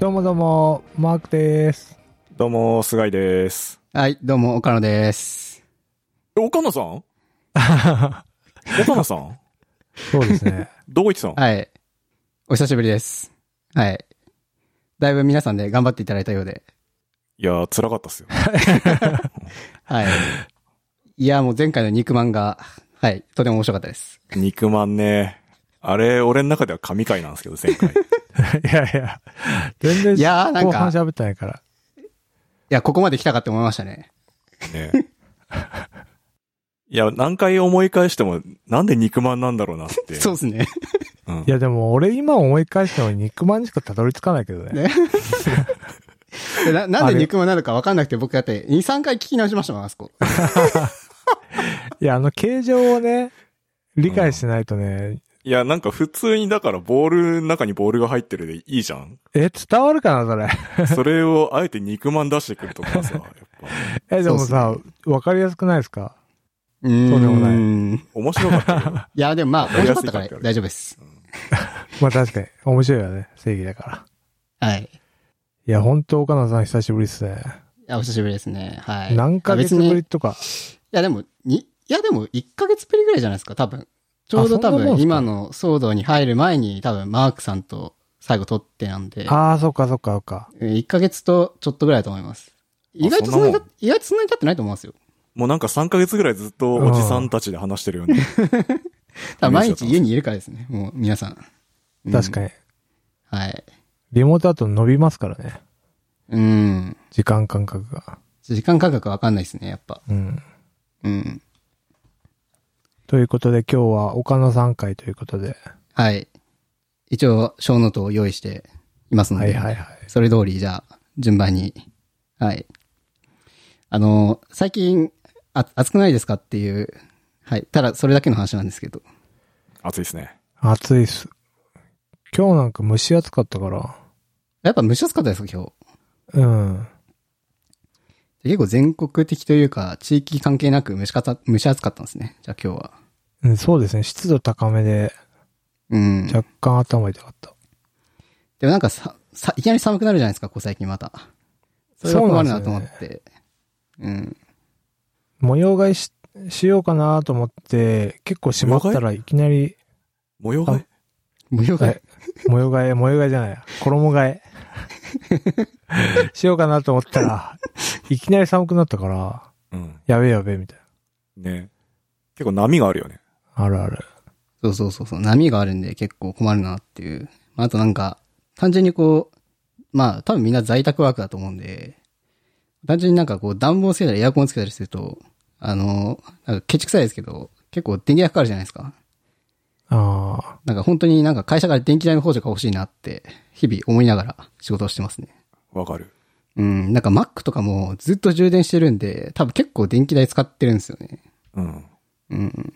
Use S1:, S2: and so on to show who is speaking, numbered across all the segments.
S1: どうもどうも、マークです。
S2: どうも、菅井です。
S3: はい、どうも、岡野です。
S2: え岡野さん 岡野さん
S1: そうですね。
S2: どこ行ってたの
S3: はい。お久しぶりです。はい。だいぶ皆さんで頑張っていただいたようで。
S2: いやー、辛かったっすよ。
S3: はい。いや、もう前回の肉まんが、はい、とても面白かったです。
S2: 肉まんね。あれ、俺の中では神回なんですけど、前回。
S1: いやいや、全
S3: い
S1: 然
S3: やーなん
S1: 後半
S3: か、い
S1: 喋ってないから。
S3: や、ここまで来たかって思いましたね。
S2: ね。いや、何回思い返しても、なんで肉まんなんだろうなって。
S3: そうですね。
S2: うん。
S1: いやでも俺今思い返しても肉まんにしかたどり着かないけどね。
S3: ねでな なん
S1: あ
S3: で
S1: れ
S3: 肉まんなのかわかんなくて、僕だって2、3回聞き直しましたもん、あそこ。
S1: いや、あの形状をね、理解しないとね、
S2: いや、なんか普通に、だから、ボールの中にボールが入ってるでいいじゃん。
S1: え、伝わるかなそ れ。
S2: それを、あえて肉まん出してくるとかさ、やっぱ、
S1: え、でもさ、わかりやすくないですか
S3: うーん。
S1: そうでもない
S3: い。
S2: 面白かった よ。
S3: や、でもまあ、
S2: や
S3: 面
S2: りや
S3: 白かっ
S2: すい
S3: た
S2: か
S3: からら大丈夫です。
S1: まあ確かに、面白いよね。正義だから。
S3: はい。
S1: いや、ほんと岡野さん久しぶりっすね。
S3: いや、お久しぶりですね。はい。
S1: 何ヶ月
S3: いや別
S1: ぶ
S3: に
S1: りとか。
S3: いやでも、に、いやでも1ヶ月ぶりぐらいじゃないですか、多分。ちょうど多
S1: そんなもん
S3: 分
S1: すか
S3: 今の騒動に入る前に多分マークさんと最後撮ってなんで、
S1: ああ、そっかそっかそっか。
S3: 1ヶ月とちょっとぐらいだと思います。意外とそんなに
S2: そんな
S3: た、意外とそんなに経ってないと思いますよ。
S2: もうなんか3ヶ月ぐらいずっとおじさんたちで話してるよね。
S3: 多分毎日家にいるからですね、もう皆さん。うん
S1: 確かに。
S3: はい。
S1: リモートだと伸びますからね。
S3: うん。
S1: 時間感覚が。
S3: 時間感覚わかんないですね、やっぱ。
S1: うん。
S3: うん。
S1: ということで今日は岡野さん会ということで。
S3: はい。一応、小ノートを用意していますの
S1: は
S3: で。
S1: いはいはい。
S3: それ通り、じゃあ、順番に。はい。あの、最近、あ、暑くないですかっていう、はい。ただ、それだけの話なんですけど。
S2: 暑いですね。
S1: 暑いっす。今日なんか蒸し暑かったから。
S3: やっぱ蒸し暑かったですか、今日。
S1: うん。
S3: 結構全国的というか、地域関係なく蒸しかた、蒸し暑かったんですね。じゃあ今日は。
S1: うんそうですね。湿度高めで
S3: うん。
S1: 若干頭痛かった。
S3: でもなんかさ、さ、いきなり寒くなるじゃないですか、こう最近また。それが困るなと思って。うん。
S1: 模様替えししようかなと思って、結構しまったらいきなり、
S2: 模様替え
S3: 模様替え
S1: え。模様替え、模様替えじゃないや。衣替 え。しようかなと思ったら、いきなり寒くなったから、
S2: うん。
S1: やべえやべえみたい
S2: ね。結構波があるよね。
S1: な。あるある。
S3: そうそうそうそう、波があるんで結構困るなっていう。まああとなんか、単純にこう、まあ多分みんな在宅ワークだと思うんで、単純になんかこう暖房つけたりエアコンつけたりすると、あの、なんかケチくさいですけど、結構電気代かかるじゃないですか。
S1: ああ。
S3: なんか本当になんか会社から電気代の補助が欲しいなって、日々思いながら仕事をしてますね。
S2: わかる。
S3: うん、なんか Mac とかもずっと充電してるんで、多分結構電気代使ってるんですよね。
S2: うん。も
S3: うん。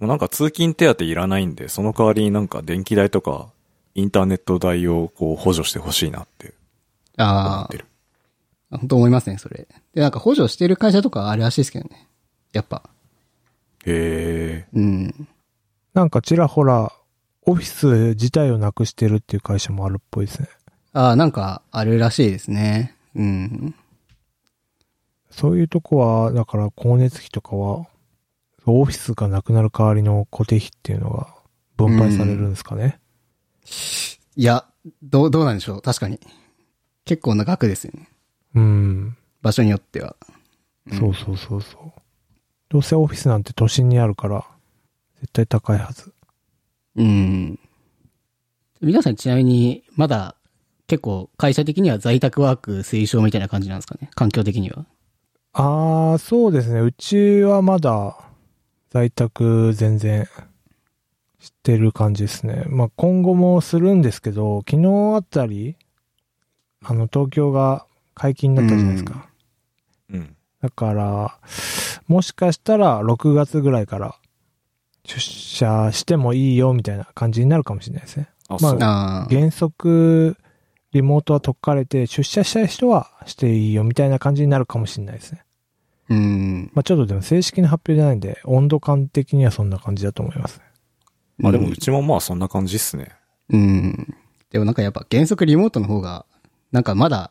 S2: うなんか通勤手当いらないんで、その代わりになんか電気代とか、インターネット代をこう補助してほしいなって思
S3: あ
S2: っ
S3: あ
S2: て、る。
S3: 本当思いますね、それ。で、なんか補助してる会社とかあるらしいですけどね。やっぱ。
S2: へえ。
S3: うん。
S1: なんかちらほら、オフィス自体をなくしてるっていう会社もあるっぽいですね。
S3: ああ、なんか、あるらしいですね。うん。
S1: そういうとこは、だから光熱費とかは、オフィスがなくなる代わりの固定費っていうのが分配されるんですかね。
S3: いや、どう、どうなんでしょう。確かに。結構な額ですよね。
S1: うん。
S3: 場所によっては。うん
S1: そうそうそうそう。どうせオフィスなんて都心にあるから、絶対高いはず。
S3: うん。皆さんちなみに、まだ、結構、会社的には在宅ワーク推奨みたいな感じなんですかね。環境的には。
S1: あー、そうですね。うちはまだ、在宅全然、してる感じですね。まあ、今後もするんですけど、昨日あたり、あの、東京が解禁になったじゃないですか。
S3: う
S2: う
S3: ん
S2: ん。
S1: だから、もしかしたら6月ぐらいから出社してもいいよみたいな感じになるかもしれないですね。
S2: あ、
S1: まあ
S2: そう。
S3: ああ。
S1: 原則、リモートは解かれて、出社したい人はしていいよみたいな感じになるかもしれないですね。
S3: うん。
S1: まあちょっとでも正式な発表じゃないんで、温度感的にはそんな感じだと思いますね。
S2: まあでもうちもまあそんな感じっすね。
S3: うん。でもなんかやっぱ原則リモートの方がなんかまだ、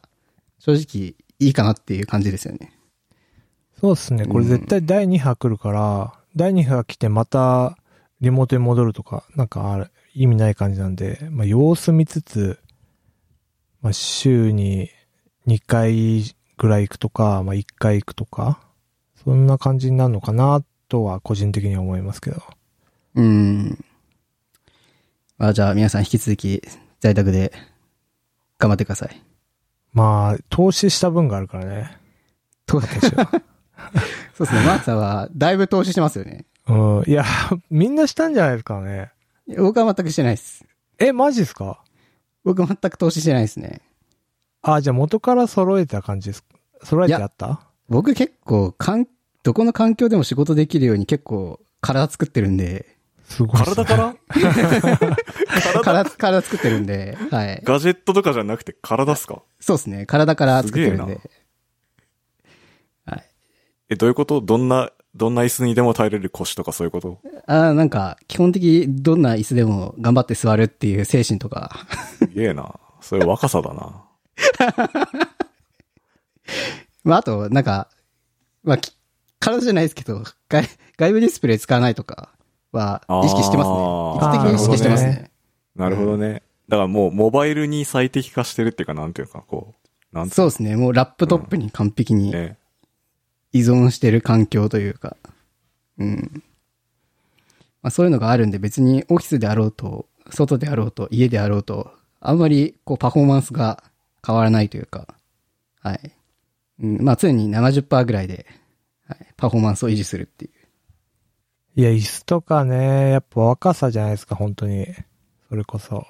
S3: 正直いいかなっていう感じですよね。
S1: そうですね。これ絶対第2波来るから、第2波が来てまたリモートに戻るとか、なんかあれ、意味ない感じなんで、まあ様子見つつ、まあ週に2回ぐらい行くとか、まあ1回行くとか、そんな感じになるのかなとは個人的には思いますけど。
S3: うん。あじゃあ皆さん引き続き在宅で頑張ってください。
S1: まあ、投資した分があるからね。
S3: そう
S1: 私は。
S3: そうですね。マークさんはだいぶ投資してますよね。
S1: うん。いや、みんなしたんじゃないですかね。
S3: いや僕は全くしてないです。
S1: え、マジですか
S3: 僕全く投資してないですね。
S1: あ、じゃあ元から揃えた感じです。揃えて
S3: いや
S1: あった
S3: 僕結構かん、どこの環境でも仕事できるように結構体作ってるんで、
S1: すごいっすね、
S2: 体から体
S3: 体、体作ってるんで、はい。
S2: ガジェットとかじゃなくて体っすか
S3: そうですね。体から作ってる
S2: す
S3: ん
S2: げえ
S3: で。
S2: え、どういうことどんな、どんな椅子にでも耐えれる腰とかそういうこと
S3: ああ、なんか、基本的にどんな椅子でも頑張って座るっていう精神とか、
S2: すげえな。それ若さだな。
S3: まあ、あと、なんか、まあ、き体じゃないですけど、外外部ディスプレイ使わないとかは意識してますね。
S2: あ
S3: 意
S1: ー
S3: 図的に意識してます
S1: な
S3: ね。
S2: なるほどね。だからもうモバイルに最適化してるっていうか、なんていうか、こう、なんつ
S3: そうですね。もうラップトップに完璧
S2: う
S3: に
S2: ね。
S3: 依存してる環境というか。うん。まあ、そういうのがあるんで、別にオフィスであろうと、外であろうと、家であろうと、あんまりこうパフォーマンスが変わらないというか。はい。うん、まあ、常に70%ぐらいで、はい、パフォーマンスを維持するっていう。
S1: いや、椅子とかね、やっぱ若さじゃないですか、本当に。それこそ。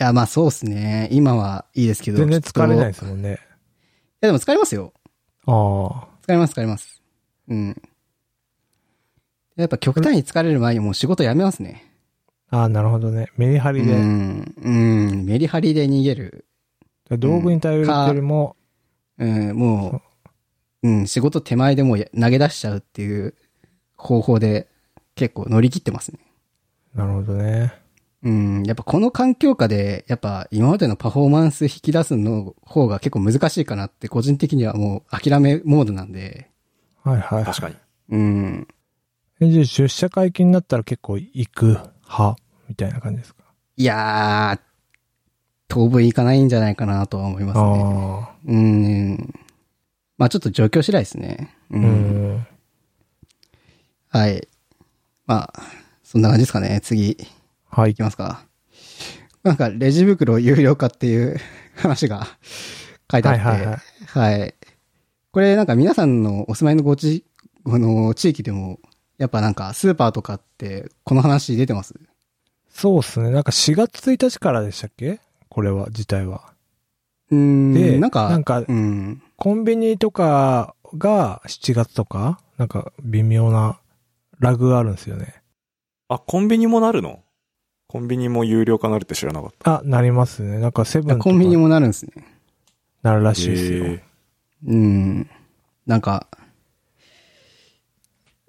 S3: いや、まあそうですね。今はいいですけど。
S1: 全然疲れないで
S3: きっ
S1: す
S3: と
S1: もんね。
S3: いや、でも疲れますよ。
S1: あ
S3: 疲れます、疲れます。うん。やっぱ極端に疲れる前にもう仕事やめますね。
S1: あ。ああ、なるほどね。メリハ
S3: う
S1: リで。
S3: ん。うん。メリハリで逃げる。
S1: 道具に頼るっていうよりも、
S3: うん、もう、うん、仕事手前でもうや投げ出しちゃうっていう方法で結構乗り切ってますね。
S1: なるほどね。
S3: うん、やっぱこの環境下で、やっぱ今までのパフォーマンス引き出すの方が結構難しいかなって個人的にはもう諦めモードなんで、
S1: はいはい。
S2: 確かに。
S3: うん。
S1: えじゃあ出社解禁になったら結構行く派みたいな感じですか。
S3: いやー、当分いかないんじゃないかなとは思いますね。
S1: ああ。
S3: うん。まあちょっと状況次第ですね。
S1: う
S3: う。
S1: んん。
S3: はい。まあ、そんな感じですかね。次、い
S1: はい
S3: き。ますか。なんか、レジ袋有料化っていう 話が書いてあ
S1: は
S3: っ
S1: い
S3: て。
S1: はいはい。
S3: はい。これなんか皆さんのお住まいのごち、この地域でも、やっぱなんかスーパーとかって、この話出てます
S1: そうですね。なんか4月1日からでしたっけこれは、自体は。
S3: うん。
S1: で、
S3: なんか、
S1: なんか
S3: うん。
S1: コンビニとかが7月とか、なんか微妙なラグがあるんですよね。
S2: あ、コンビニもなるのコンビニも有料化なるって知らなかっ
S1: あ、なりますね。なんかセブンとか
S3: コンビニもなるんですね。
S1: なるら
S2: た。
S1: しいですよ。
S2: へえ
S3: うん。なんか、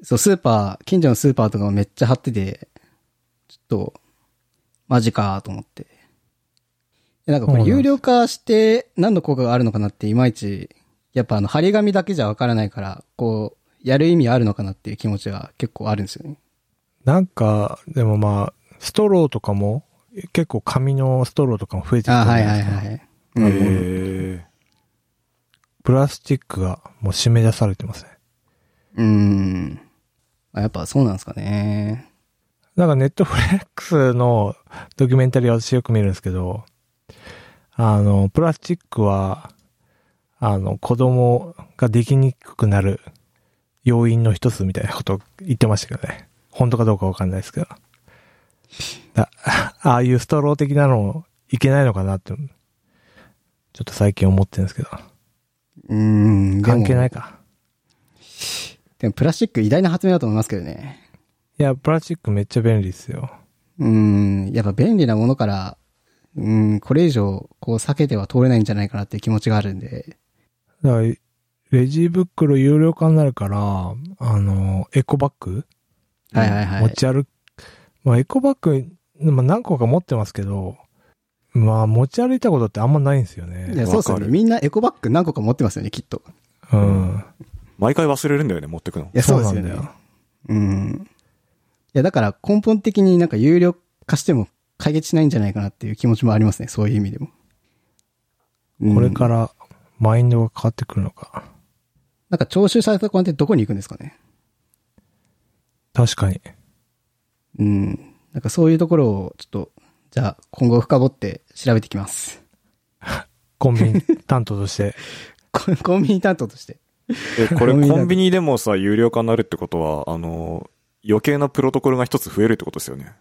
S3: そう、スーパー、近所のスーパーとかもめっちゃ張ってて、ちょっと、マジかと思って。でなんかこ
S1: そ
S3: れ
S1: うなんです
S3: 有料化して何の効果があるのかなっていまいち、やっぱあの、張り紙だけじゃわからないから、こう、やる意味あるのかなっていう気持ちは結構あるんですよね。
S1: なんか、でもまあ、ストローとかも、結構紙のストローとかも増えてき
S3: あ
S1: たじゃな
S3: は
S1: いいです
S3: はい
S1: か。
S3: はい。
S2: へ
S3: うん
S2: え
S1: プラスチックがもう締め出されてますね。
S3: うん。あやっぱそうなんですかね。
S1: なんかネットフレックスのドキュメンタリーを私よく見るんですけど、あの、プラスチックは、あの、子供ができにくくなる要因の一つみたいなことを言ってましたけどね。本当かどうかわかんないですけど。だああいうストロー的なのいけないのかなって、ちょっと最近思ってるんですけど。
S3: うん。でも
S1: 関係ないか。
S3: でもプラスチック偉大な発明だと思いますけどね。
S1: いや、プラスチックめっちゃ便利ですよ。
S3: うーん、やっぱ便利なものから、うーん、これ以上、こう避けては通れないんじゃないかなっていう気持ちがあるんで。
S1: だから、レジ袋有料化になるから、あの、エコバッグ
S3: はいはいは
S1: 持
S3: い。
S1: ち歩く。まあ、エコバッグ、まあ、何個か持ってますけど、まあ、持ち歩いたことってあんまないんですよ
S3: いや
S1: ね。
S3: そうですよ
S2: わか
S3: ね。
S2: る
S3: みんなエコバッグ何個か持ってますよね、きっと。
S1: うん。
S2: 毎回忘れるんだよね、持ってくの
S3: い。や、そうです
S1: そ
S3: よ
S1: うなんだ
S3: ね
S1: よ。
S3: うん。いや、だから根本的になんか有料化しても解決しないんじゃないかなっていう気持ちもありますね。そういう意味でも。うん
S1: これから、マインドが変わってくるのか。
S3: なんか徴収されたコンテンツどこに行くんですかね。
S1: 確かに。
S3: うん。なんかそういうところをちょっと、じゃあ今後深掘って調べてきます。
S1: コンビニ担当と して。
S3: ココンビニ担当として。
S2: え、これ
S3: コンビニだと
S2: コンビニでもさ、有料化になるってことは、あの、余計なプロトコルが一つ増えるってことですよね。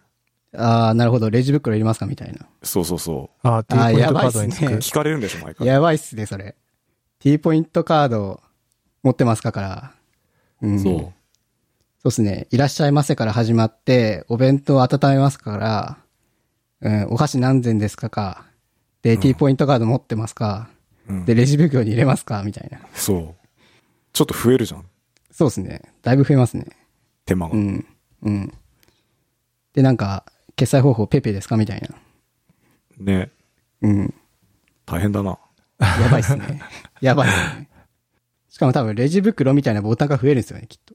S3: ああ、なるほど。レジ袋いりますかみたいな。
S2: そうそうそ
S1: あ、T ポイントカードにつ
S3: やばい
S1: く
S3: っ。
S2: う。聞かれるんでしょ、毎回。
S3: やばいっすね、それ。T ポイントカード持ってますかから。うん。
S2: そう。
S3: そうですね。いらっしゃいませから始まって、お弁当温めますから、うん、お菓子何千ですかか。で、T ポイントカード持ってますか。
S2: うん
S3: で、レジ袋に入れますかみたいな。
S2: そう。ちょっと増えるじゃん、
S3: そうですね。だいぶ増えますね。
S2: 手間が。
S3: うん。うん。で、なんか、決済方法ペイペイですかみたいな。
S2: ね。
S3: うん。
S2: 大変だな。
S3: やばいっすね。 やばいっすね。しかも多分、レジ袋みたいなボタンが増えるんですよね、きっと。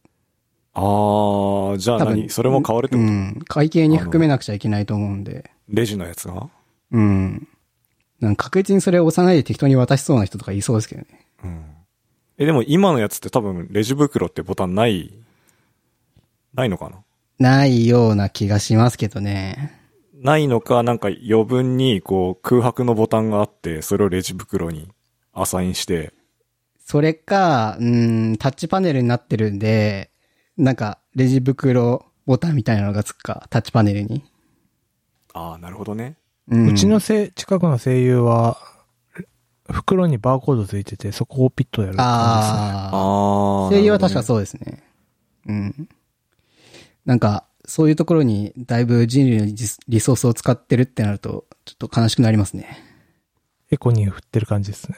S2: あー、じゃあ
S3: 多分
S2: 何それも変わるって
S3: う
S2: こと、
S3: ん。会計に含めなくちゃいけないと思うんで。
S2: レジのやつが
S3: うん。なんか確実にそれを押さないで適当に渡しそうな人とかいそうですけどね。
S2: うん。え、でも今のやつって多分、レジ袋ってボタンない、ないのかな
S3: ないような気がしますけどね。
S2: ないのか、なんか余分にこう空白のボタンがあって、それをレジ袋にアサインして、
S3: それか、うん、タッチパネルになってるんで、なんか、レジ袋ボタンみたいなのがつくか、タッチパネルに。
S2: ああ、なるほどね。
S3: うん。
S1: うちのせい近くの声優は、袋にバーコードついてて、そこをピッとやる感
S3: あ
S2: あ
S3: あ。
S2: あ。
S3: 声優は確か
S2: う。
S3: そうですね。うん。なんか、そういうところにだいぶ人類のリスリソースを使ってるってなると、ちょっと悲しくなりますね。
S1: じですね。エコに振ってる感じですね。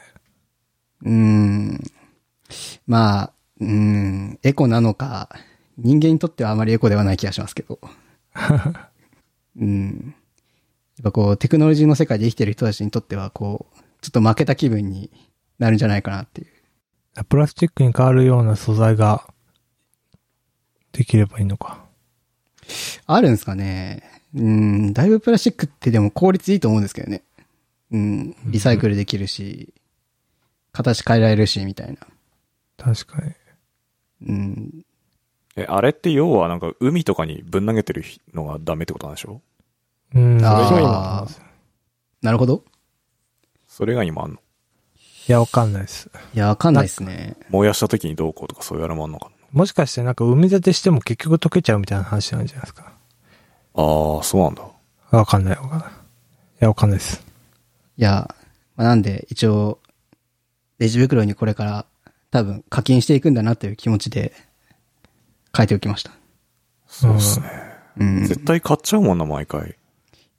S3: うーん。まあ、うーん、エコなのか、人間にとってはあまりエコではない気がしますけど。うん。やっぱこう、テクノロジーの世界で生きてる人たちにとっては、こう、ちょっと負けた気分になるんじゃないかなっていう。
S1: プラスチックに変わるような素材が、できればいいのか。
S3: あるんですかね。うん、だいぶプラスチックってでも効率いいと思うんですけどね。うん、リサイクルできるし、形変えられるし、みたいな。
S1: 確かに。
S3: うん、
S2: え、あれって要はなんか海とかにぶん投げてるのがダメってことなんでしょ
S1: うん、
S3: あー
S1: そういうのもあります
S3: なるほど。
S2: それが今あんの。
S1: いや、わかんないです。
S3: いや、わかんないですね。
S2: 燃やした時にどうこうとかそういうあれもあんのかな。
S1: もしかしてなんか埋め立てしても結局溶けちゃうみたいな話なんじゃないですか。
S2: ああ、そうなんだ。
S1: わかんないわかんない。いや、わかんないです。
S3: いや、まあ、なんで一応、レジ袋にこれから多分課金していくんだなという気持ちで書いておきました。
S2: そうっすね。
S3: うん。い
S2: 絶対買っちゃうもんな、毎回。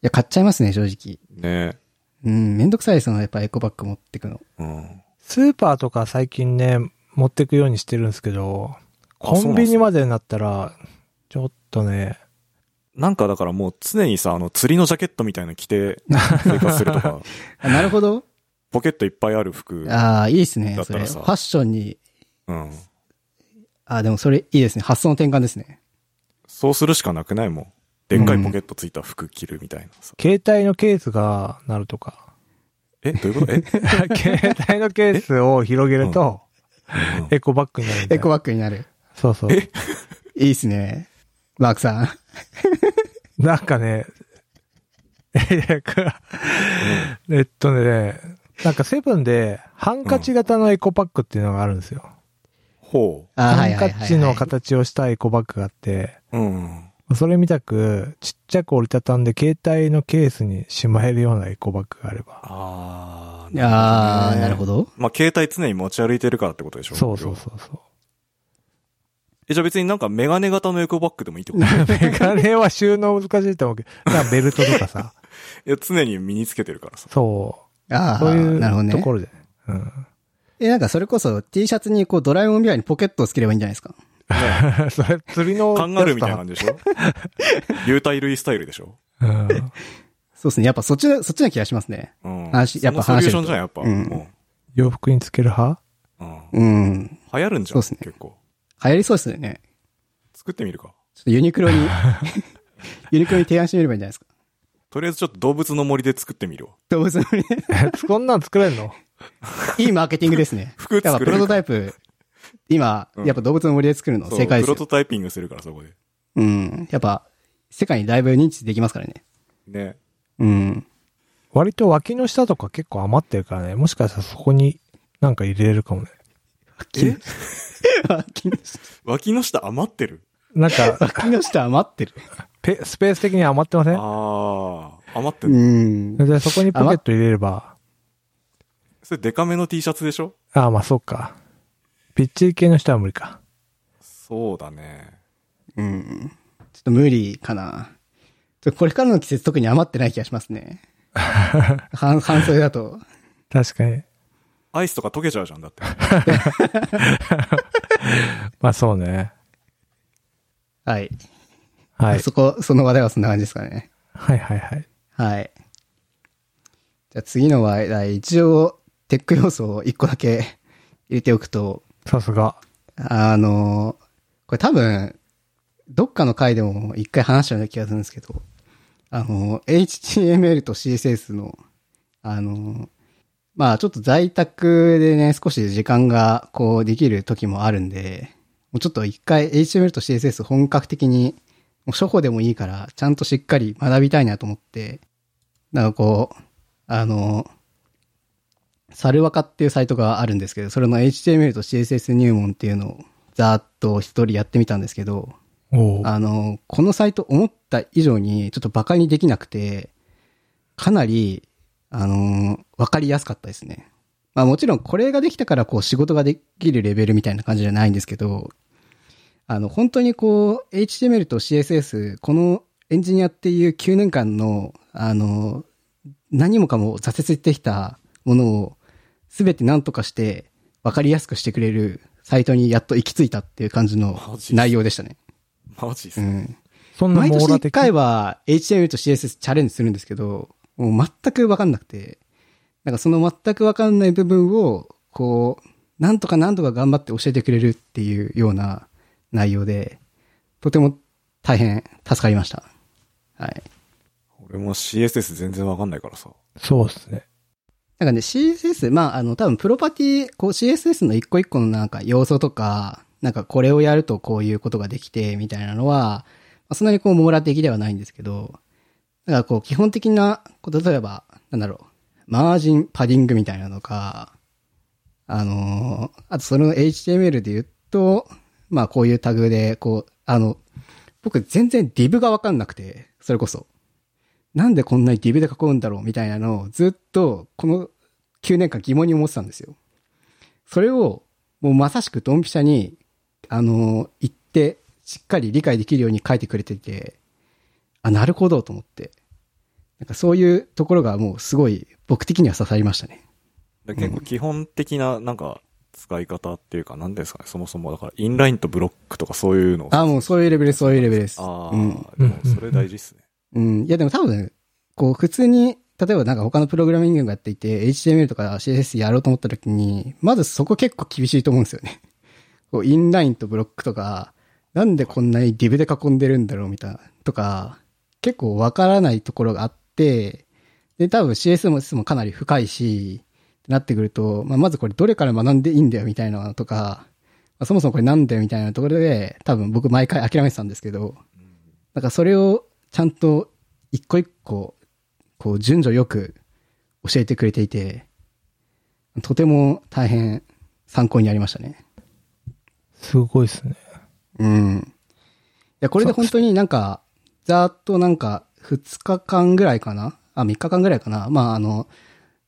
S3: や、買っちゃいますね、正直。
S2: ね
S3: うん、めんどくさいですよ、やっぱエコバッグ持ってくの。
S2: うん。
S1: スーパーとか最近ね、持ってくようにしてるんですけど、コンビニまでになったら、ちょっとね、
S2: なんかだからもう常にさ、あの釣りのジャケットみたいなの着て生活すると か、
S3: あなるほど。
S2: ポケットいっぱいある服。
S3: ああ、いいですね
S2: だ、っ
S3: そ
S2: た
S3: れ。
S2: ら
S3: フ
S2: さ
S3: ァッションに、
S2: うん。
S3: ああ、でもそれいいですね。発想の転換ですね。
S2: そうするしかなくないもん。でっかいポケットついた服着るみたいなさ。
S1: 携帯のケースがなるとか、
S2: え、どういうこと え、
S1: 携帯のケースを広げると、
S2: うん
S1: エコバッグになるみたい
S3: エ
S1: な
S3: コバッグになる。
S1: そうそう。
S2: え
S3: いいですね。マークさん。
S1: なんかね、えいやこれえっとね、なんかセブンで、ハンカチ型のエコパックっていうのがあるんですよ。
S2: ほ
S3: ああ、
S1: ハ
S3: はい
S1: ン
S3: はいはい、はい。
S1: カチの形をしたエコバッグがあって、
S2: う。うん。
S1: それみたく、ちっちゃく折りたたんで、携帯のケースにしまえるようなエコバッグがあれば。
S2: あー。
S3: ああ、なるほど。
S2: まあ、携帯常に持ち歩いてるからってことでしょ
S1: そうそうそうそう。
S2: え、じゃあ別になんかメガネ型のエコバッグでもいいって ことい
S1: メガネは収納難しいと思うけど、だからベルトとかさ、
S2: や、常に身につけてるからさ。
S1: そ
S3: あ
S1: う、
S3: あ、
S1: そうい
S3: なるほど
S1: う
S3: ね。
S1: ところで。うん
S3: え、なんかそれこそ T シャツにこうドラえもんみたいにポケットをつければいいんじゃないですか
S1: それ、釣りのやつと。
S2: カンガルーみたいな感じでしょ流体類スタイルでしょ
S1: うん。
S3: そうですね。やっぱそっちな、そっちな気がしますね。
S2: うん。
S3: 話やっぱ
S2: そのソリューション
S3: 話してると
S2: じゃん、やっぱ。
S3: うん
S2: も
S1: 洋服につける派
S2: ううん。
S3: うん。流
S2: 流行るんじゃ
S3: そ
S2: ん、
S3: うっすね
S2: 結構。
S3: 行りそうですよね。
S2: 作ってみるか。
S3: ちょっとユニ クロに、ユニクロに提案してみればいいんじゃないですか。
S2: とりあえずちょっと動物の森で作ってみるわ。
S3: 動物の森ね
S1: こんなん作れんの
S3: いいマーケティングですね。
S2: 服作れる
S3: やっぱプロトタイプ、今、
S2: うん
S3: やっぱ動物の森で作るの
S2: そう
S3: 正解で
S2: プ
S3: す
S2: ロ
S3: よ
S2: トタイピングするから、そこで。
S3: うん。やっぱ、世界にだいぶ認知できますからね。
S2: ね。
S3: うん。
S1: 割と脇の下とか結構余ってるからね。もしかしたらそこになんか入れれるかもね。
S2: え
S3: 脇の下、
S2: 脇の下余ってる
S1: なんか、
S3: 脇の下余ってる。
S1: ペスペース的に余ってません
S2: ああ、余ってる。
S3: うん。
S1: で、そこにポケット入れれば、
S2: それデカめの T シャツでしょ
S1: ああ、まあそうか。ピッチリ系の人は無理か。
S2: そうだね。
S3: うん。ちょっと無理かな。ちょっとこれからの季節特に余ってない気がします ね。半、半袖だと。
S1: 確かに。
S2: アイスとか溶けちゃうじゃん、 だって。
S1: まあそうね。
S3: はい。
S1: はい。
S3: そこ、その話題はそんな感じですかね。
S1: はいはいはい。
S3: はい。じゃあ次の話題、一応、テック要素を一個だけ入れておくと、
S1: さすが。
S3: あの、これ多分、どっかの回でも一回話したような気がするんですけど、あの、HTML と CSS の、あの、まあちょっと在宅でね、少し時間がこうできる時もあるんで、もうちょっと一回 HTML と CSS 本格的に、もう初歩でもいいから、ちゃんとしっかり学びたいなと思って、なんかこう、あの、サルワカっていうサイトがあるんですけど、それの HTML と CSS 入門っていうのをざーっと一人やってみたんですけど、
S1: おお。
S3: あの、このサイト思った以上にちょっと馬鹿にできなくて、かなり、あの、わかりやすかったですね。まあもちろんこれができたからこう仕事ができるレベルみたいな感じじゃないんですけど、あの、本当にこう、HTML と CSS、このエンジニアっていう9年間の、あの、何もかも挫折してきたものを、すべて何とかして、わかりやすくしてくれるサイトにやっと行き着いたっていう感じの
S2: マジ
S3: 内容でしたね。
S2: マジっす
S3: う
S2: ね。
S3: ん。
S1: そんな
S3: 毎
S1: 網
S3: 年
S1: 羅
S3: 1
S1: 的。
S3: 回は HTML と CSS チャレンジするんですけど、もう全くわかんなくて、なんかその全くわかんない部分を、こう、なんとかなんとか頑張って教えてくれるっていうような内容で、とても大変助かりました。はい。
S2: 俺も CSS 全然わかんないからさ。
S1: そうですね。
S3: なんかね、CSS、まあ、あの、多分プロパティ、こう CSS の一個一個のなんか要素とか、なんかこれをやるとこういうことができて、みたいなのは、まあ、そんなにこう網羅的ではないんですけど、だからこう基本的な、こう例えば、なんだろう、マージン、パディングみたいなのか、あのーあとその HTML で言うと、まあこういうタグで、こう、あの、僕全然 div がわかんなくて、それこそ。なんでこんなに DV で囲うんだろうみたいなのをずっとこの9年間疑問に思ってたんですよ。それをもうまさしくドンピシャに、あの、言ってしっかり理解できるように書いてくれてて、あ、なるほどと思って。なんかそういうところがもうすごい僕的には刺さりましたね。
S2: で結構基本的な、なんか、使い方っていうか、何ですかね、そもそも。だから、インラインとブロックとかそういうのを。あ
S3: あ、もうそういうレベルです、そういうレベルです。
S2: あ
S3: うん
S2: ー、でもそれ大事っすね。
S3: うん。いや、でも多分、こう、普通に、例えばなんか他のプログラミングがやっていて、HTML とか CSS やろうと思った時に、まずそこ結構厳しいと思うんですよね。 こう、インラインとブロックとか、なんでこんなに div で囲んでるんだろうみたいな、とか、結構わからないところがあって、で、多分 CS も S もかなり深いし、ってなってくると、まあ、まずこれどれから学んでいいんだよみたいなのとか、まあそもそもこれなんだよみたいなところで、多分僕毎回諦めてたんですけど、なんかそれをちゃんと一個一個、こう順序よく教えてくれていて、とても大変参考になりましたね。
S1: すごいですね。
S3: うん。いや、これで本当になんか、ざーっとなんか、2日間ぐらいかなあ、3日間ぐらいかなまあ、あの、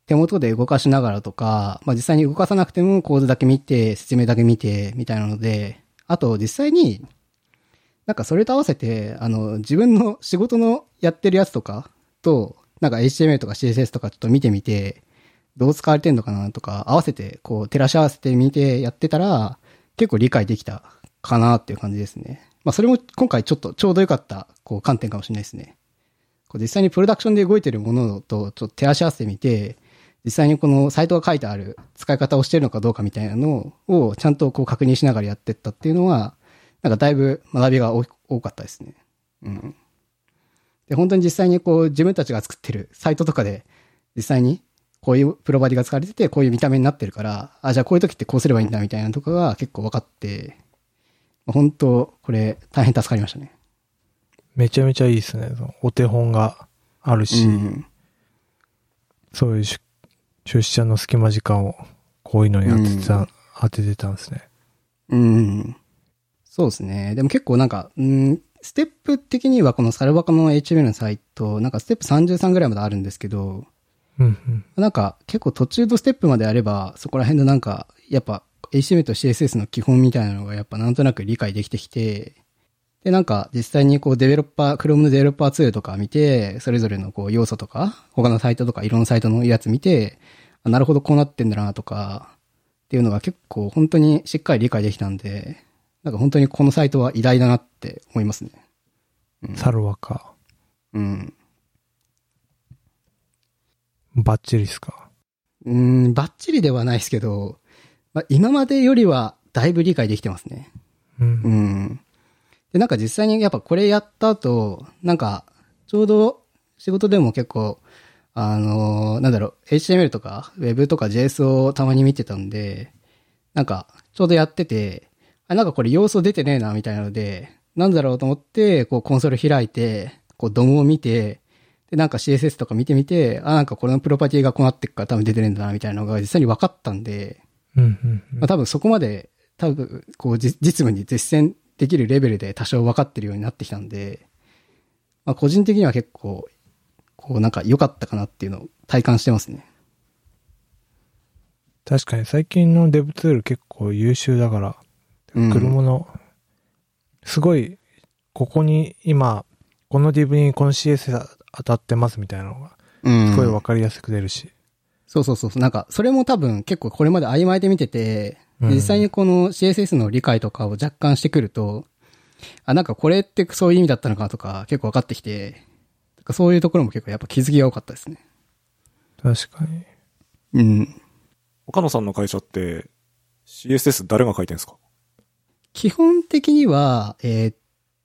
S3: 手元で動かしながらとか、まあ、実際に動かさなくても構図だけ見て、説明だけ見て、みたいなので、あと実際に、なんかそれと合わせて、あの、自分の仕事のやってるやつとかと、なんか HTML とか CSS とかちょっと見てみて、どう使われてんのかなとか、合わせて、こう、照らし合わせてみてやってたら、結構理解できたかなっていう感じですね。まあ、それも今回ちょっとちょうど良かった、こう、観点かもしれないですね。こう実際にプロダクションで動いてるものとちょっと照らし合わせてみて、実際にこのサイトが書いてある使い方をしてるのかどうかみたいなのをちゃんとこう確認しながらやってったっていうのは、なんかだいぶ学びが多い多かったですね。うん。で、本当に実際にこう自分たちが作ってるサイトとかで、実際にこういうプロバディが使われてて、こういう見た目になってるから、あ、じゃあこういう時ってこうすればいいんだみたいなのとかが結構分かって、本当、これ大変助かりましたね。
S1: めちゃめちゃいいですね。そのお手本があるし、
S3: うん
S1: そういう出出社の隙間時間をこういうのに当ててた、
S3: うん
S1: 当ててたんですね。
S3: うん。そうですね。でも結構なんか、うん、ステップ的にはこのサルバカの HML のサイト、なんかステップ33ぐらいまであるんですけど、
S1: うんうん。
S3: なんか結構途中のステップまでやれば、そこら辺のなんか、やっぱ HTML と CSS の基本みたいなのがやっぱなんとなく理解できてきて、でなんか実際にこうデベロッパー、Chrome のデベロッパーツールとか見て、それぞれのこう要素とか、他のサイトとかいろんなサイトのやつ見て、あなるほどこうなってんだなとか、っていうのが結構本当にしっかり理解できたんで、なんか本当にこのサイトは偉大だなって思いますね。
S1: サルワか。
S3: うん。
S1: バッチリっすか。
S3: うーん、バッチリではないですけど、まあ、今までよりはだいぶ理解できてますね。
S1: うん。
S3: うん。で、なんか実際にやっぱこれやった後、なんか、ちょうど仕事でも結構、あのーなんだろう、HTML とか Web とか JS をたまに見てたんで、なんか、ちょうどやってて、あ、なんかこれ要素出てねえな、みたいなので、なんだろうと思って、こうコンソール開いて、こうドムを見て、で、なんか CSS とか見てみて、あ、なんかこれのプロパティがこうなってっから多分出てねえんだな、みたいなのが実際に分かったんで、
S1: うんうんうん
S3: まあ、多分そこまで、多分、こう、じ実務に実践できるレベルで多少分かってるようになってきたんで、まあ、個人的には結構、こう、なんか良かったかなっていうのを体感してますね。
S1: 確かに最近のデブツール結構優秀だから、
S3: うん
S1: 車の、すごい、ここに今、このディブにこの CS 当たってますみたいなのが、
S3: うん。
S1: すごいわかりやすく出るし。
S3: そうそうそうそう。なんか、それも多分結構これまで曖昧で見てて、
S1: うん
S3: 実際にこの CSS の理解とかを若干してくると、あ、なんかこれってそういう意味だったのかとか結構分かってきて、なんかそういうところも結構やっぱ気づきが多かったですね。
S1: 確かに。
S3: うん。
S2: 岡野さんの会社って CSS 誰が書いてるんですか
S3: 基本的には、えーっ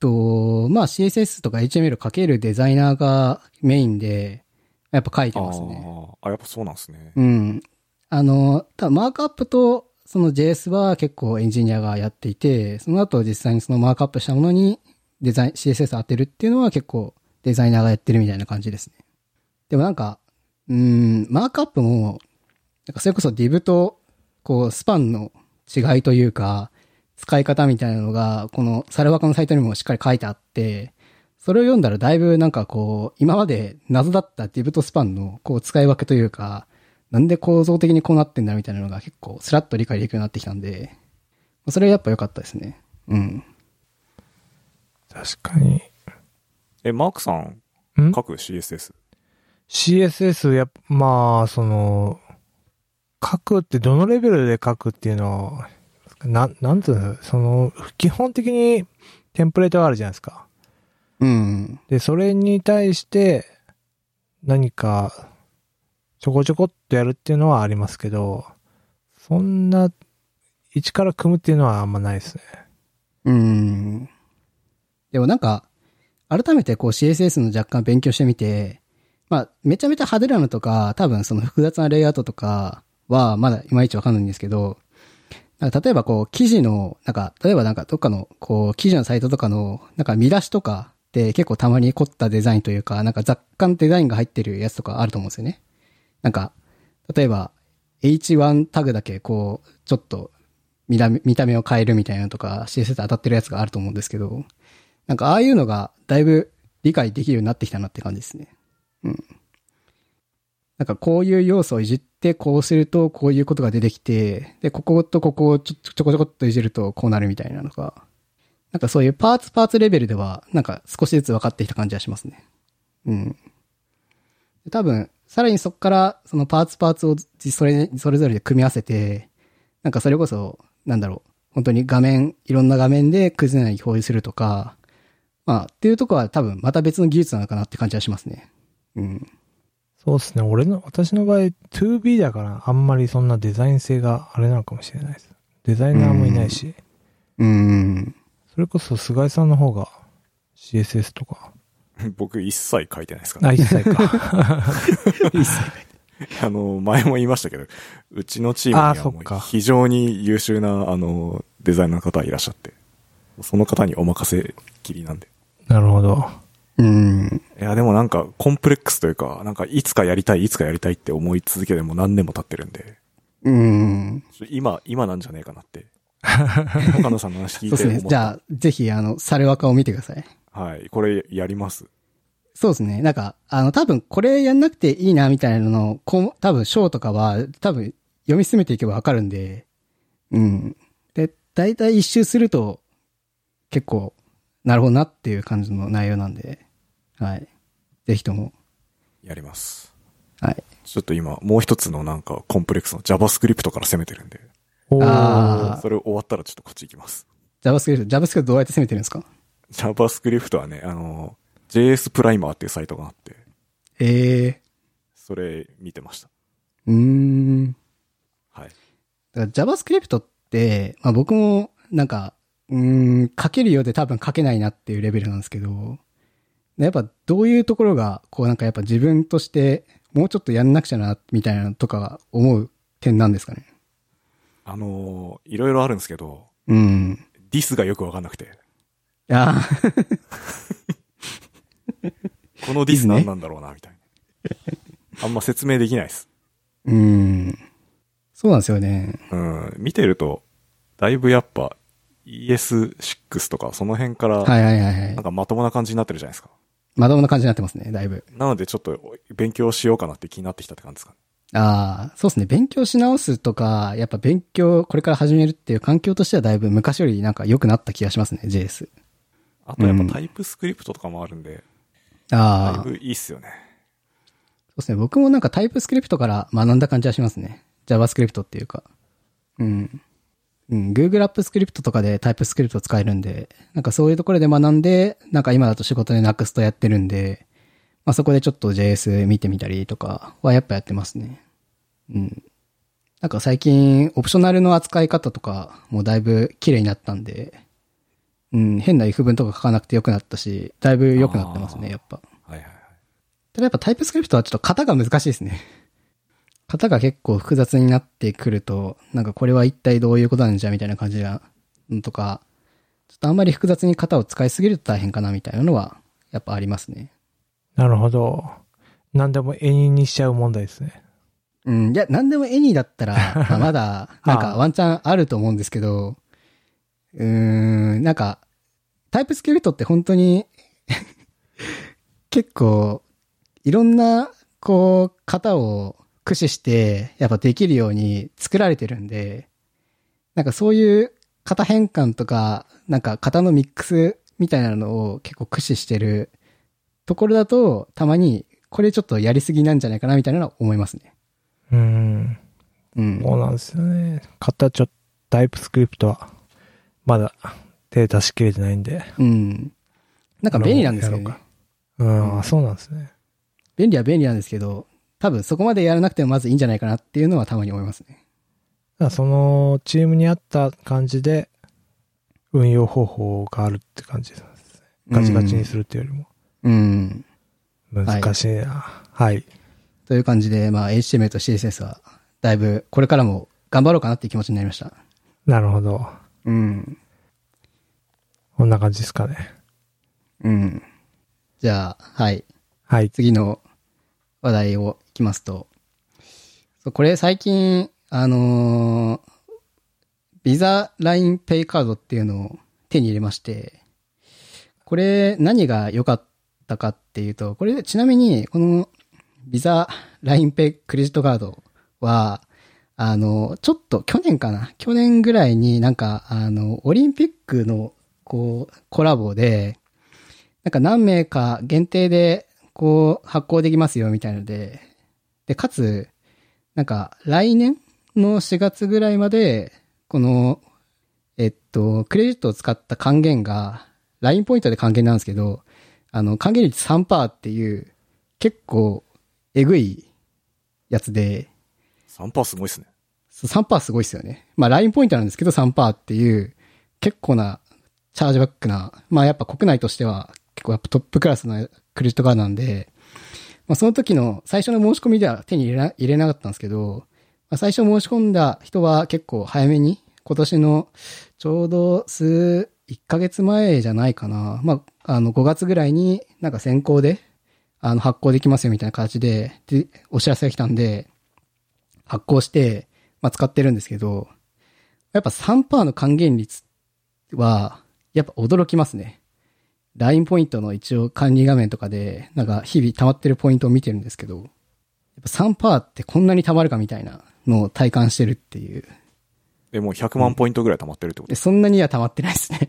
S3: と、まあ CSS とか HTML かけるデザイナーがメインで、やっぱ書いてますね。
S2: あーあ、やっぱそうなんですね。
S3: うん。あの、ただマークアップとその JS は結構エンジニアがやっていて、その後実際にそのマークアップしたものにデザイン、CSS 当てるっていうのは結構デザイナーがやってるみたいな感じですね。でもなんか、うん、マークアップも、なんかそれこそ div と、こう、スパンの違いというか、使い方みたいなのが、このサルバカのサイトにもしっかり書いてあって、それを読んだらだいぶなんかこう、今まで謎だった div とスパンのこう使い分けというか、なんで構造的にこうなってんだみたいなのが結構スラッと理解できるようになってきたんで、それはやっぱ良かったですね。うん。
S1: 確かに。
S2: え、マークさん
S1: ん
S2: 書く CSS。
S1: CSS、やっぱ、まあ、その、書くって、どのレベルで書くっていうのは、な、なんつうの、その、基本的にテンプレートがあるじゃないですか。
S3: うん。
S1: で、それに対して、何か、ちょこちょこっとやるっていうのはありますけど、そんな、一から組むっていうのはあんまないですね。
S3: うん。でもなんか、改めてこう CSS の若干勉強してみて、まあ、めちゃめちゃ派手なのとか、多分その複雑なレイアウトとかはまだいまいちわかんないんですけど、なんか例えばこう記事の、なんか、例えばなんかどっかのこう記事のサイトとかの、なんか見出しとかで結構たまに凝ったデザインというか、なんか雑感デザインが入ってるやつとかあると思うんですよね。なんか、例えば H1 タグだけこう、ちょっと見た目見た目を変えるみたいなのとか、CSS 当たってるやつがあると思うんですけど、なんかああいうのがだいぶ理解できるようになってきたなって感じですね。うん。なんかこういう要素をいじって、こうするとこういうことが出てきて、で、こことここをちょちょこちょこっといじるとこうなるみたいなのが、なんかそういうパーツパーツレベルでは、なんか少しずつ分かってきた感じはしますね。うん。多分、さらにそこからそのパーツパーツをそれそれぞれで組み合わせて、なんかそれこそ、なんだろう、本当に画面、いろんな画面で崩れないように表示するとか、まあ、っていうとこは多分また別の技術なのかなって感じはしますね。うん。
S1: そうですね。俺の、私の場合、2B だから、あんまりそんなデザイン性があれなのかもしれないです。デザイナーもいないし、
S3: うん。
S1: それこそ菅井さんの方が CSS とか、
S2: 僕一切書いてないですから、
S1: あ、一切か。
S2: あの、前も言いましたけど、うちのチーム
S1: あー
S2: に
S1: そ
S2: は
S1: っ
S2: も
S1: か
S2: う非常に優秀な、あの、デザイナーの方がいらっしゃって、その方にお任せきりなんで。
S1: なるほど。
S3: うん。
S2: いや、でもなんか、コンプレックスというか、なんか、いつかやりたい、いつかやりたいって思い続けてもう何年も経ってるんで、
S3: うん。
S2: ちょ今、今なんじゃねえかな って。岡野さんの話聞いて
S3: そうです
S2: 思っ
S3: ね。
S2: た。
S3: じゃあ、ぜひ、あの、サルワカを見てください。
S2: はい。これ、やります。
S3: そうですね。なんか、あの、多分これやんなくていいな、みたいなのを、こう、多分章とかは、多分読み進めていけばわかるんで、うん。で、大体一周すると、結構、なるほどなっていう感じの内容なんで、はい。ぜひとも、
S2: やります。
S3: はい。
S2: ちょっと今、もう一つのなんか、コンプレックスの JavaScript から攻めてるんで、
S1: おー。
S3: ああ
S2: それ終わったらちょっとこっち行きます。
S3: JavaScript、JavaScript どうやって攻めてるんですか
S2: JavaScript はね、あの、JS プライマーっていうサイトがあって、
S3: ええ
S2: それ見てました。
S3: うーん。
S2: はい。
S3: だから JavaScript って、まあ僕もなんか、うーん、書けるようで多分書けないなっていうレベルなんですけど、やっぱどういうところが、こうなんかやっぱ自分としてもうちょっとやんなくちゃな、みたいなのとかは思う点なんですかね。
S2: あの、いろいろあるんですけど、
S3: うん。
S2: ディスがよくわかんなくて、
S3: ああ、
S2: このディス何なんだろうな、みたいな。あんま説明できないです。
S3: うん。そうなんですよね。
S2: うん。見てると、だいぶやっぱ ES6 とかその辺から、
S3: はいはいはい
S2: な
S3: は
S2: ん
S3: い。
S2: かまともな感じになってるじゃないですか。
S3: まともな感じになってますね、だいぶ。
S2: なのでちょっと勉強しようかなって気になってきたって感じですかね。
S3: ああ、そうですね。勉強し直すとか、やっぱ勉強、これから始めるっていう環境としてはだいぶ昔よりなんか良くなった気がしますね、JS。
S2: あとやっ
S3: うん
S2: ぱタイプスクリプトとかもあるんで、だ
S3: ああ
S2: い。ぶいいっすよね。
S3: そうですね。僕もなんかタイプスクリプトから学んだ感じはしますね。JavaScript っていうか。うん。うん。Google App Script とかでタイプスクリプト使えるんで、なんかそういうところで学んで、なんか今だと仕事で NUXT やってるんで、まあそこでちょっと JS 見てみたりとかはやっぱやってますね。うん。なんか最近、オプショナルの扱い方とかもだいぶ綺麗になったんで、うん、変な if 文とか書かなくて良くなったし、だいぶ良くなってますね、やっぱ。
S2: はいはいはい。
S3: ただやっぱタイプスクリプトはちょっと型が難しいですね。 型が結構複雑になってくると、なんかこれは一体どういうことなんじゃみたいな感じが、うんとか、ちょっとあんまり複雑に型を使いすぎると大変かなみたいなのは、やっぱありますね。
S1: なるほど。何でも永遠にしちゃう問題ですね。
S3: うん。いや、なんでもエニーだった ら、まあまだ、なん
S1: あ
S3: か
S1: あ
S3: ワンチャンあると思うんですけど、うーん、なんか、タイプスクリプトって本当に、 結構、いろんな、こう、型を駆使して、やっぱできるように作られてるんで、なんかそういう型変換とか、なんか型のミックスみたいなのを結構駆使してるところだと、たまに、これちょっとやりすぎなんじゃないかなみたいなのは思いますね。
S1: うん。
S3: うん。
S1: そうなんですよね。型ちょっと、タイプスクリプトは、まだ手出しきれてないんで。
S3: うん。なんか便利なんですけど
S1: やろ
S3: ね
S1: う。うん、あそうなんですね。
S3: 便利は便利なんですけど、多分そこまでやらなくてもまずいいんじゃないかなっていうのはたまに思いますね。
S1: だからその、チームに合った感じで、運用方法があるって感じですね。ガチガチにするっていうよりも。
S3: うん。ん
S1: 難しいな。はい。
S3: という感じで、まあ HTML と CSS は、だいぶこれからも頑張ろうかなっていう気持ちになりました。
S1: なるほど。
S3: うん。
S1: こんな感じですかね。
S3: うん。じゃあ、はい。
S1: はい。
S3: 次の話題をいきますと、そうこれ最近、あのービザラインペイカードっていうのを手に入れまして、これ何が良かったかっていうと、これちなみにこのビザラインペイクレジットカードは、あの、ちょっと去年かな去年ぐらいになんか、あの、オリンピックのこう、コラボで、なんか何名か限定で、こう、発行できますよ、みたいので。で、かつ、なんか、来年の4月ぐらいまで、この、えっと、クレジットを使った還元が、ラインポイントで還元なんですけど、あの、還元率3%っていう、結構、えぐいやつで、
S2: 3%すごいっすね。
S3: そう3%すごいですよね。まあ、ラインポイントなんですけど3%っていう、結構なチャージバックな、まあやっぱ国内としては結構やっぱトップクラスのクレジットカードなんで、まあその時の最初の申し込みでは手に入れな入れなかったんですけど、まあ、最初申し込んだ人は結構早めに、今年のちょうど数、1ヶ月前じゃないかな。まあ、あの5月ぐらいになんか先行で、あの発行できますよみたいな形で、で、お知らせが来たんで、発行して、まあ、使ってるんですけど、やっぱ3%の還元率は、やっぱ驚きますね。LINE ポイントの一応管理画面とかで、なんか日々溜まってるポイントを見てるんですけど、やっぱ3%ってこんなに溜まるかみたいなのを体感してるっていう。
S2: で、もう100万ポイントぐらい溜まってるってこと
S3: でそんなには溜まってないですね。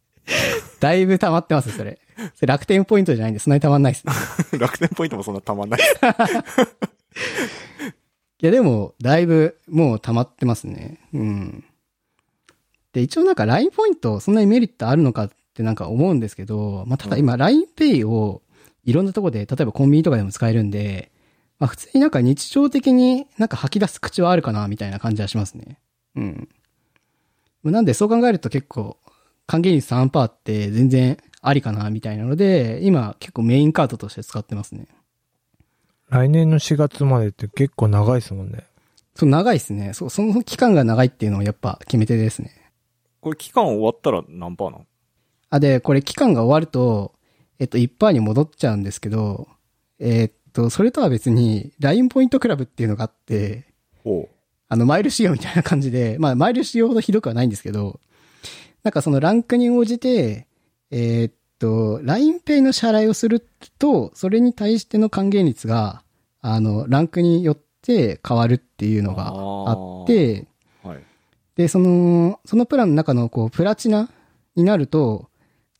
S3: だいぶ溜まってます、それ。それ楽天ポイントじゃないんで、そんなに溜まんないですね。
S2: 楽天ポイントもそんなたまんない。
S3: いや、でも、だいぶ、もう溜まってますね。うん。で、一応なんか LINE ポイント、そんなにメリットあるのかってなんか思うんですけど、まあ、ただ今 LINEPay をいろんなとこで、例えばコンビニとかでも使えるんで、まあ、普通になんか日常的になんか吐き出す口はあるかな、みたいな感じはしますね。うん。なんでそう考えると結構、還元率3%って全然ありかな、みたいなので、今結構メインカードとして使ってますね。
S1: 来年の4月までって結構長いですもんね。
S3: そう、長いですね。そう、その期間が長いっていうのもやっぱ決め手ですね。
S2: これ期間終わったら何パーなの
S3: あ、で、これ期間が終わると、えっと、1%に戻っちゃうんですけど、えっと、それとは別に、LINE ポイントクラブっていうのがあって、
S2: おう
S3: あの、マイル仕様みたいな感じで、まあ、マイル仕様ほどひどくはないんですけど、なんかそのランクに応じて、えーっと、LINEPay の支払いをすると、それに対しての還元率が、あの、ランクによって変わるっていうのがあって、
S2: はい。
S3: で、その、そのプランの中の、こう、プラチナになると、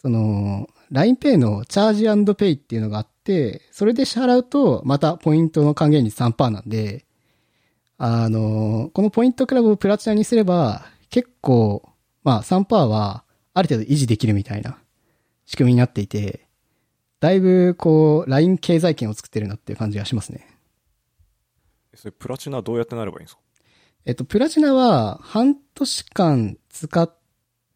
S3: その、LINEPay のチャージペイっていうのがあって、それで支払うと、またポイントの還元率3%なんで、あの、このポイントクラブをプラチナにすれば、結構、まあ3%は、ある程度維持できるみたいな仕組みになっていて、だいぶ、こう、LINE 経済圏を作ってるなっていう感じがしますね。
S2: それプラチナどうやってなればいいんですか
S3: えっと、プラチナは半年間使っ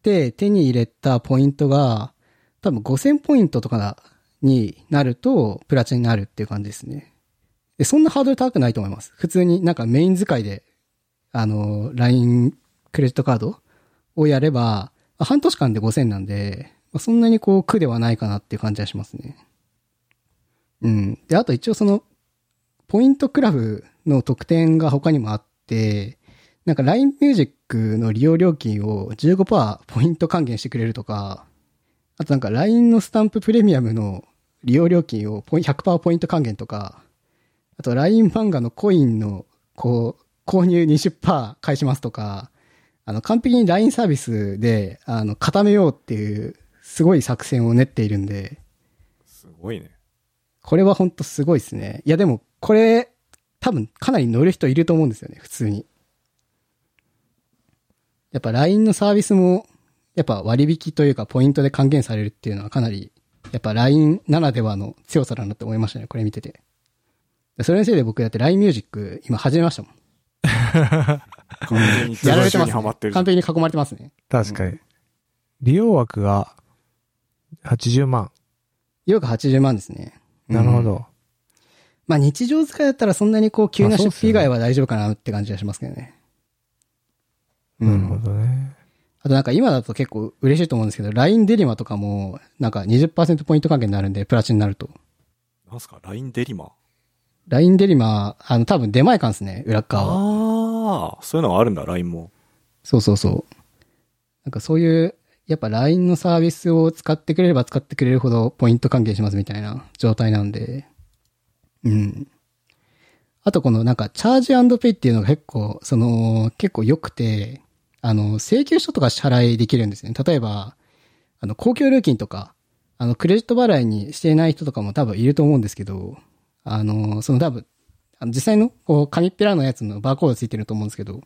S3: て手に入れたポイントが、多分5000ポイントとかになると、プラチナになるっていう感じですね。でそんなハードル高くないと思います。普通になんかメイン使いで、あの、LINE クレジットカードをやれば、半年間で5000なんで、まあそんなにこう苦ではないかなっていう感じはしますね。うん。で、あと一応その、ポイントクラブの特典が他にもあって、なんか LINE Music の利用料金を15%ポイント還元してくれるとか、あとなんか LINE のスタンププレミアムの利用料金をポイン100%ポイント還元とか、あと LINE 漫画のコインのこう購入20%返しますとか、あの完璧に LINE サービスであの固めようっていうすごい作戦を練っているんで、
S2: すごいね。
S3: これは本当すごいですね。いやでも、これ、多分かなり乗る人いると思うんですよね、普通に。やっぱ LINE のサービスも、やっぱ割引というかポイントで還元されるっていうのはかなり、やっぱ LINE ならではの強さだなって思いましたね、これ見てて。でそれのせいで僕だって LINE ミュージック今始めましたもん。
S2: 完全に
S3: やられて
S2: 中
S3: ます、
S2: にハマってるじゃ
S3: 完
S2: ん。
S3: 璧に囲まれてますね。
S1: 確かに。利用枠が80万。
S3: よく80万ですね。
S1: なるほ
S3: うん。
S1: ど。
S3: まあ日常使いだったらそんなにこう急な出費以外は大丈夫かなって感じがしますけどね。う
S1: なんるほどね。
S3: あとなんか今だと結構嬉しいと思うんですけど、LINE デリマとかも、なんか20%ポイント還元になるんで、プラチになると。
S2: なんすか ?LINE デリマ
S3: LINE デリマ、あの多分出前館ですね、裏っ側は。
S2: ああ、そういうのがあるんだ、LINE も。
S3: そうそうそう。なんかそういう、やっぱ LINE のサービスを使ってくれれば使ってくれるほどポイント還元しますみたいな状態なんで。うん。あとこのなんかチャージペイっていうのが結構、その結構良くて、あの請求書とか支払いできるんですね。例えば、あの公共料金とか、あのクレジット払いにしていない人とかも多分いると思うんですけど、あの、その多分、あの実際のこう紙っぺらのやつのバーコードついてると思うんですけど、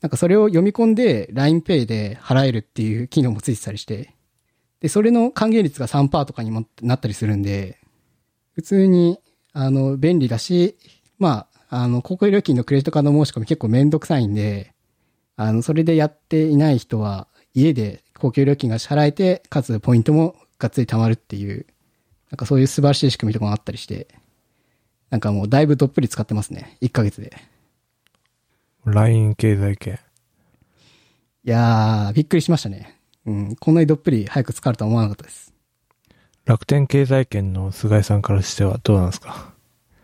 S3: なんかそれを読み込んで LINEPay で払えるっていう機能もついてたりして、で、それの還元率が3%とかにもなったりするんで、普通に、あの、便利だし、まあ、あの、航空料金のクレジットカード申し込み結構めんどくさいんで、あの、それでやっていない人は、家で高級料金が支払えて、かつポイントもがっつり貯まるっていう、なんかそういう素晴らしい仕組みとかもあったりして、なんかもうだいぶどっぷり使ってますね。1ヶ月で。
S1: LINE 経済圏。
S3: いやー、びっくりしましたね。うん、こんなにどっぷり早く使うとは思わなかったです。
S1: 楽天経済圏の菅井さんからしてはどうなんですか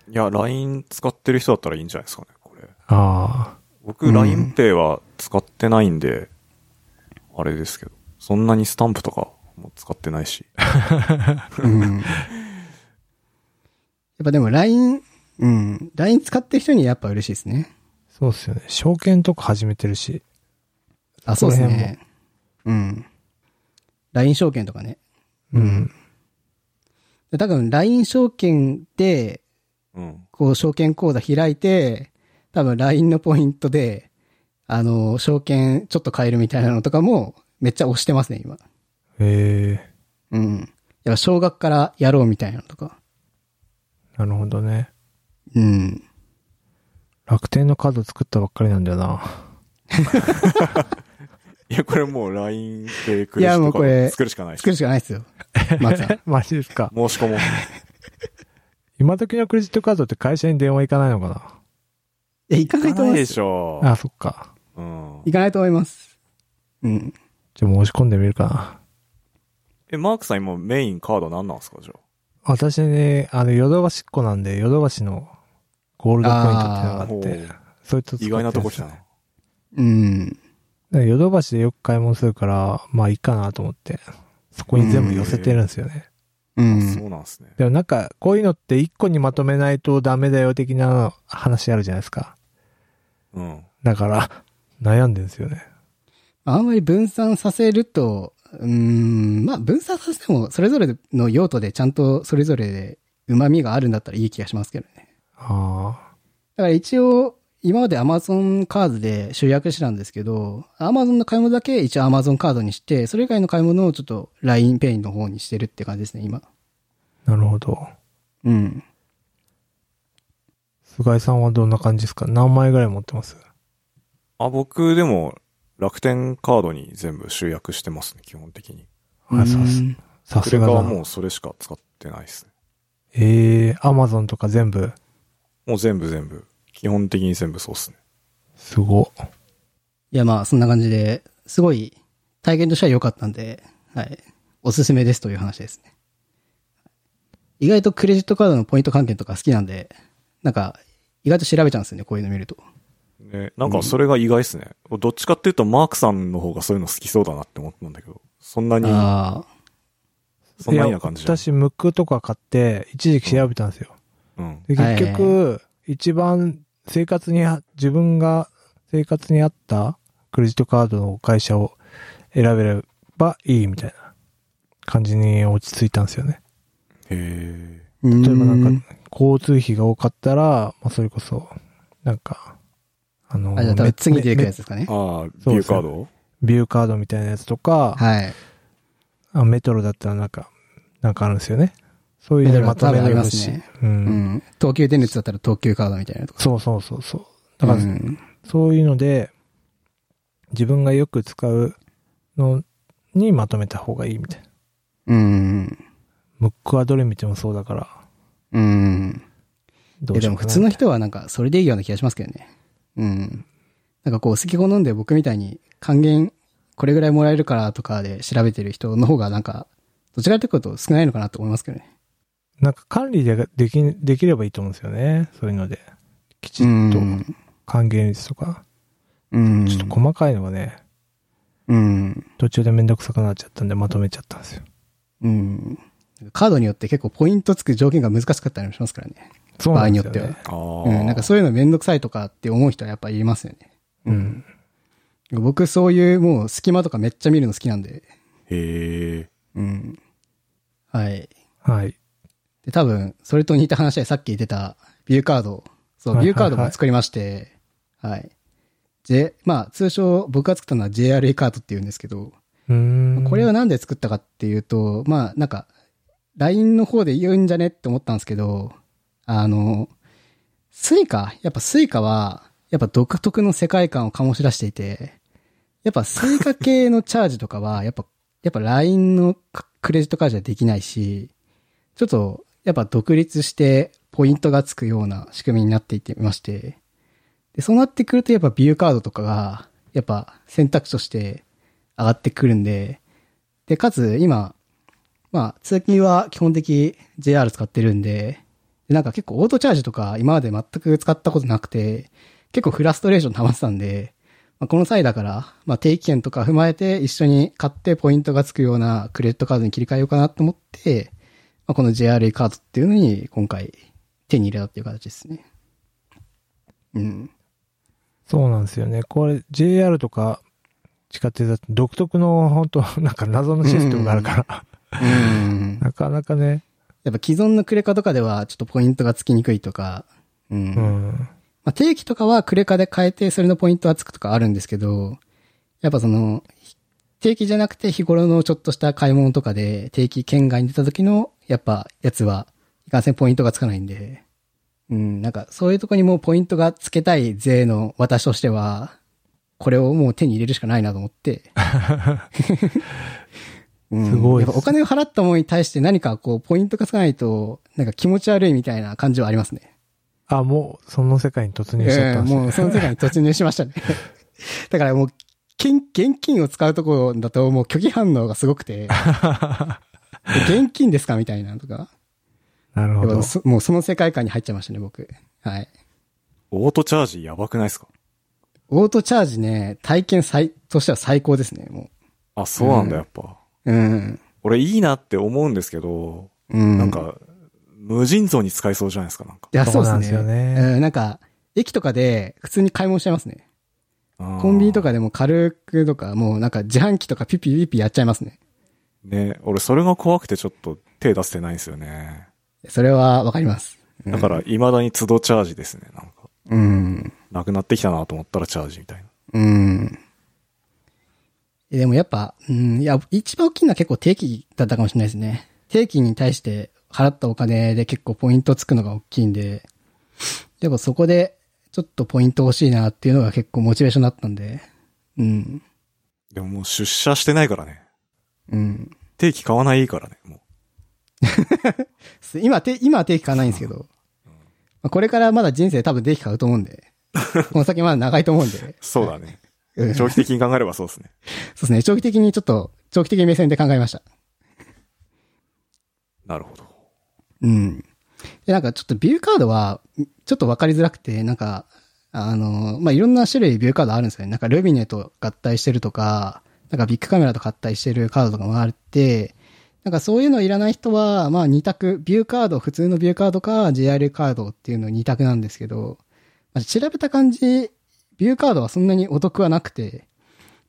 S2: いや、LINE 使ってる人だったらいいんじゃないですかね、これ。
S1: ああ。
S2: 僕、
S3: うん
S2: LINEPay は使ってないんで、あれですけど、そんなにスタンプとかも使ってないし。
S3: うん。やっぱでも LINE、うん、LINE 使ってる人にやっぱ嬉しいですね。
S1: そうっすよね。証券とか始めてるし。
S3: あ、そうです
S1: この辺
S3: ね。うん。LINE 証券とかね。
S1: うん。
S3: で多分 LINE 証券で、
S2: うん。
S3: こう、証券口座開いて、多分 LINE のポイントで、あの、証券ちょっと買えるみたいなのとかも、めっちゃ押してますね、今。
S1: ええ
S3: うん。やっぱ、小学からやろうみたいなのとか。
S1: なるほどね。
S3: うん。
S1: 楽天のカード作ったばっかりなんだよな。
S2: いや、これもう LINE 系ク
S3: い
S2: レジ
S3: やも
S2: ットカ
S3: うこ
S2: ー
S3: れ
S2: ド作るしかないでし
S3: 作
S2: ょ
S3: るしかないです よ。松さん。
S1: マジですか。
S2: 申し込もう。
S1: 今時のクレジットカードって会社に電話行かないのか
S3: え、行かないと
S2: な
S3: 思
S2: い
S3: いま。
S2: ですしょ
S1: なあ、そっか。
S2: う。うん。
S3: 行かないと思います。うん。
S1: じゃあ申し込んでみるかな。
S2: え、マークさん今メインカード何なんですか、じゃあ。
S1: 私ね、あの、ヨドバシっ子なんで、ヨドバシのゴールドポイントっていうのがあって、それと使ってま
S2: 意
S1: す
S2: 外なとこ来たな。
S3: うん。
S1: だからヨドバシでよく買い物するから、まあいいかなと思って、そこに全部寄せてるんですよね。
S3: う
S2: そ
S3: ん。
S2: うなんですね。
S1: でもなんか、こういうのって一個にまとめないとダメだよ的な話あるじゃないですか。
S2: うん。
S1: だから、悩んでるんですよね。
S3: あんまり分散させると、うん、まあ分散させても、それぞれの用途でちゃんとそれぞれで旨味があるんだったらいい気がしますけどね。
S1: あ
S3: だから一応、今まで Amazon カードで集約してたんですけど、Amazon の買い物だけ一応 Amazon カードにして、それ以外の買い物をちょっと LINEPay の方にしてるって感じですね、今。
S1: あ、なるほど。
S3: うん。
S1: 菅井さんはどんな感じですか何枚ぐらい持ってます
S2: あ、僕でも楽天カードに全部集約してますね、基本的に。
S1: あそうっす
S3: うん
S1: さ
S2: ク
S1: す
S2: レ
S1: が
S2: カ
S1: だ
S2: は
S1: な
S2: も。うそれしか使ってないですね。
S1: ええー、アマゾンとか全部、
S2: もう全部全部。基本的に全部そうっすね。
S1: すご。
S3: いやまあそんな感じで、すごい体験としては良かったんで、はい。おすすめですという話ですね。意外とクレジットカードのポイント関係とか好きなんで、なんか意外と調べちゃうんですよね、こういうの見ると。
S2: ね、なんかそれが意外っすね。どっちかっていうとマークさんの方がそういうの好きそうだなって思ったんだけど、そんなに、
S3: ああ、
S2: そんなにな感じ
S1: い
S2: じゃ
S1: や
S2: ん。
S1: 私、ムックとか買って、一時期調べたんですよ。
S2: うん。
S1: で
S3: はいはい
S1: 結局、一番生活にあ、自分が生活に合ったクレジットカードの会社を選べればいいみたいな感じに落ち着いたんですよね。
S2: へえ。
S3: 例
S1: 例えばなんか、交通費が多かったら、まあ、それこそ、なんか、あの、
S3: あ、じゃあ多
S1: め
S3: 分次に出てくるや
S1: め
S3: つですかね。
S2: ああ、
S1: そう
S2: ビ
S1: で
S2: ュー
S1: すね
S2: カード
S1: ビューカードみたいなやつとか、
S3: はい。
S1: あメトロだったらなんか、なんかあるんですよね。そういう
S3: メ
S1: の
S3: ト
S1: にまとめ
S3: ロ多分あ
S1: ら
S3: り
S1: れ
S3: ま
S1: る
S3: す
S1: し
S3: ね。
S1: う。
S3: うんん。東急電熱だったら東急カードみたいなとか。
S1: そうそうそうそう。だから、
S3: うん
S1: そういうので、自分がよく使うのにまとめた方がいいみたいな。
S3: うん。
S1: ムックはどれ見てもそうだから、
S3: うん。
S1: ど
S3: いや
S1: うし
S3: で
S1: よう
S3: も
S1: か
S3: 普
S1: な
S3: 通の人はなんかそれでいいような気がしますけどね。うん。なんかこう、席好んで僕みたいに還元これぐらいもらえるからとかで調べてる人の方がなんか、どちらかというと少ないのかなと思いますけどね。
S1: なんか管理ででき、できればいいと思うんですよね。そういうので。きち
S3: う
S1: っと
S3: ん。
S1: 還元率とか。
S3: うん。
S1: ちょっと細かいのがね、
S3: うん。
S1: 途中でめんどくさくなっちゃったんでまとめちゃったんですよ。
S3: うん。カードによって結構ポイントつく条件が難しかったりもしますからね。
S1: そうなんですよ、ね。
S3: 場合によ
S2: ああ。
S3: うん。なんかそういうのめんどくさいとかって思う人はやっぱいますよね。
S1: うん。
S3: 僕そういうもう隙間とかめっちゃ見るの好きなんで。
S2: へえ。
S3: うん。はい。
S1: はい。
S3: で、多分、それと似た話でさっき言ってた、ビューカード。そう、
S1: はいはいはい
S3: ビューカードも作りまして、はい。J、まあ、通称、僕が作ったのは JRE カードって言うんですけど、
S1: うーん。
S3: これはなんで作ったかっていうと、まあなんか、LINE の方で言うんじゃねって思ったんですけど、あの、スイカ、やっぱスイカは、やっぱ独特の世界観を醸し出していて、やっぱスイカ系のチャージとかは、やっ ぱ、やっぱ LINE のクレジットカードじゃできないし、ちょっと、やっぱ独立してポイントがつくような仕組みになっていってまして、で、そうなってくるとやっぱビューカードとかが、やっぱ選択肢として上がってくるんで、で、かつ今、まあ、通勤は基本的 JR 使ってるんで、でなんか結構オートチャージとか今まで全く使ったことなくて、結構フラストレーション溜まってたんで、まあ、この際だから、まあ、定期券とか踏まえて一緒に買ってポイントがつくようなクレジットカードに切り替えようかなと思って、まあ、この JRA カードっていうのに今回手に入れたっていう形ですね。うん。
S1: そうなんですよね。これ JR とか地下鉄だと独特の本当なんか謎のシステムがあるから、
S3: うん。
S1: なかなかね、
S3: やっぱ既存のクレカとかではちょっとポイントがつきにくいとか、うん。
S1: う
S3: ま
S1: ん。
S3: あ、定期とかはクレカで変えてそれのポイントはつくとかあるんですけど、やっぱその、定期じゃなくて日頃のちょっとした買い物とかで定期圏外に出た時の、やっぱやつはいかんせんポイントがつかないんで、うん、なんかそういうとこにもうポイントがつけたい税の私としては、これをもう手に入れるしかないなと思 って。うん
S1: すごい
S3: やっぱお金を払ったものに対して何かこう、ポイントがつかないと、なんか気持ち悪いみたいな感じはありますね。
S1: あ、もうその世界に突入しちゃ
S3: え
S1: っ
S3: え
S1: たんですね。
S3: もうその世界に突入し ましたね。だからもう、現現金を使うところだともう拒否反応がすご くて、現金ですかみたいなのとか。
S1: なるほ
S3: やっ
S1: ど
S3: ぱ。そもうその世界観に入っちゃいましたね、僕。はい。
S2: オートチャージやばくないですか
S3: オートチャージね、体験最、としては最高ですね、も
S2: あ、そうなんだ、やっぱ。
S3: う。うん。
S2: 俺いいなって思うんですけど、
S3: うん。
S2: なん、か、無尽蔵に使えそうじゃないですか、なんか。
S3: いや、そう
S1: そうなん
S3: で
S1: ですすよ
S3: ね。
S1: ね
S3: うん、なんか、駅とかで普通に買い物しちゃいますね。コ
S2: コ
S3: ンビニとかでも軽くとか、もうなんか自販機とかピッピピッピやっちゃいますね。
S2: ね、俺それが怖くてちょっと手出してないんですよね。
S3: それはわかります。うん
S2: だから、未だに都度チャージですね、なんか。
S3: うん。
S2: なくなってきたなと思ったらチャージみたいな。
S3: うん。えでもやっぱ、うん、いや、一番大きいのは結構定期だったかもしれないですね。定期に対して払ったお金で結構ポイントつくのが大きいんで、やっぱそこでちょっとポイント欲しいなっていうのが結構モチベーションだったんで、うん、
S2: でももう出社してないからね。
S3: うん。
S2: 定期買わないからね、も
S3: す今、て、今は定期買わないんですけど、まあこれからまだ人生多分定期買うと思うんで、この先まだ長いと思うんで、
S2: う。そうだね。
S3: うんそう
S2: 長期的に考えればそうですね。
S3: ですね、長期的にちょっと、長期的目線で考えました。
S2: なるほど。
S3: うん。で、なんかちょっとビューカードは、ちょっとわかりづらくて、なんか、あの、まあ、いろんな種類ビューカードあるんですよね。なんかルミネと合体してるとか、なんかビッグカメラと合体してるカードとかもあって、なんかそういうのいらない人は、まあ、2択、ビューカード、普通のビューカードか JR カードっていうの2択なんですけど、まあ、調べた感じ、ビューカードはそんなにお得はなくて、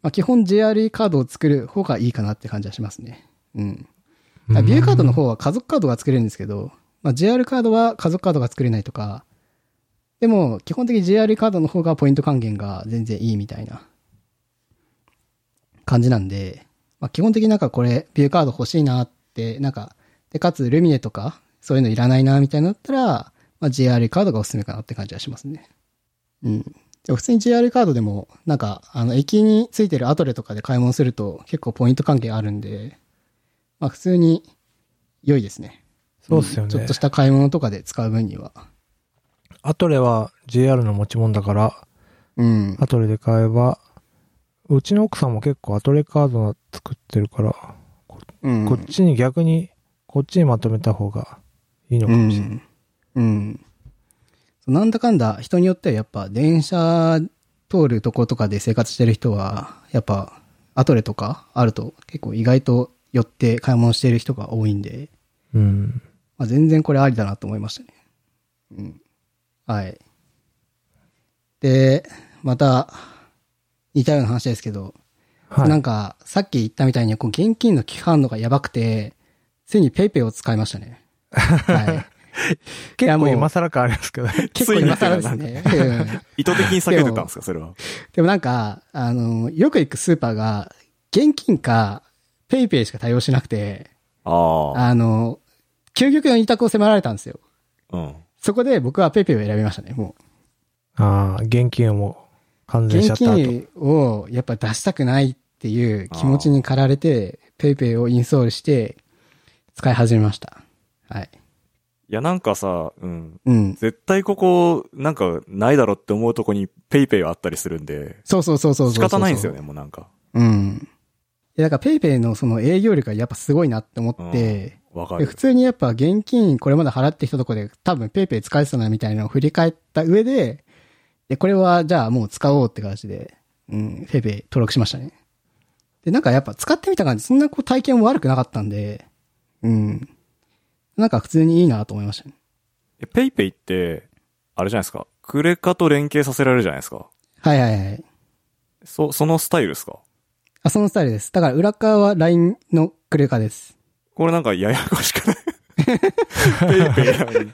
S3: まあ、基本 JRE カードを作る方がいいかなって感じはしますね。うん。
S1: うん
S3: ビューカードの方は家族カードが作れるんですけど、まあ、JR カードは家族カードが作れないとか、でも基本的に JR カードの方がポイント還元が全然いいみたいな感じなんで、まあ、基本的になんかこれビューカード欲しいなって、なんか、で、かつルミネとかそういうのいらないなみたいになったら、まあ、JR カードがおすすめかなって感じはしますね。うん。でも普通に JR カードでも、なんか、あの、駅についてるアトレとかで買い物すると結構ポイント関係あるんで、まあ普通に良いですね。
S1: そうっすよね
S3: んちょっとした買い物とかで使う分には。
S1: アトレは JR の持ち物だから、
S3: うん。
S1: アトレで買えば、うちの奥さんも結構アトレカード作ってるから、
S3: うん。
S1: こっちに逆に、こっちにまとめた方がいいのかもしれない。
S3: うん。うん。そうなんだかんだ人によってはやっぱ電車通るとことかで生活してる人は、やっぱアトレとかあると結構意外と寄って買い物してる人が多いんで、
S1: うん。
S3: まあ、全然これありだなと思いましたね。うん。はい。で、また、似たような話ですけど、
S1: はい。
S3: なんか、さっき言ったみたいに、こう、現金の寄付反応がやばくて、ついにペイペイを使いましたね。はい。い
S1: 結
S3: やも
S1: 構
S3: う
S1: 今更感あります けどね。
S3: 結構今更ですね。うん
S2: 意図的に避けてたんですか、それは。
S3: でもなんか、あの、よく行くスーパーが、現金か、ペイペイしか対応しなくて、
S2: ああ。
S3: あの、究極の二択を迫られたんですよ。
S2: うん。
S3: そこで僕はペイペイを選びましたね、も
S1: ああ、現金をもう完
S3: う。
S1: 全シ
S3: 現
S1: ャッター
S3: 金をやっぱ出したくないっていう気持ちに駆られて、ペイペイをインストールして、使い始めました。はい。
S2: いや、なんかさ、うん。
S3: うん。
S2: 絶対ここ、なんか、ないだろって思うとこにペイペイはあったりするんで、
S3: そうそうそうそうそう
S2: 仕
S3: そう
S2: 方ないんですよね、。もうなんか。
S3: うん。いや、だからペイペイのその営業力がやっぱすごいなって思って、
S2: わか
S3: で
S2: る
S3: 普。通にやっぱ現金これまで払ってきたとこで多分ペイペイ使えてたなみたいなのを振り返った上で、で、これはじゃあもう使おうって形で、うん、ペイペイ登録しましたね。で、なんかやっぱ使ってみた感じ、そんなこう体験も悪くなかったんで、うん。なんか普通にいいなと思いましたね。
S2: えペイペイって、あれじゃないですか。クレカと連携させられるじゃないですか。
S3: はいはいはい。
S2: そ、そのスタイルですか
S3: あ、そのスタイルです。だから裏側は LINE のクレカです。
S2: これなんかややこしくない ペイペイなのに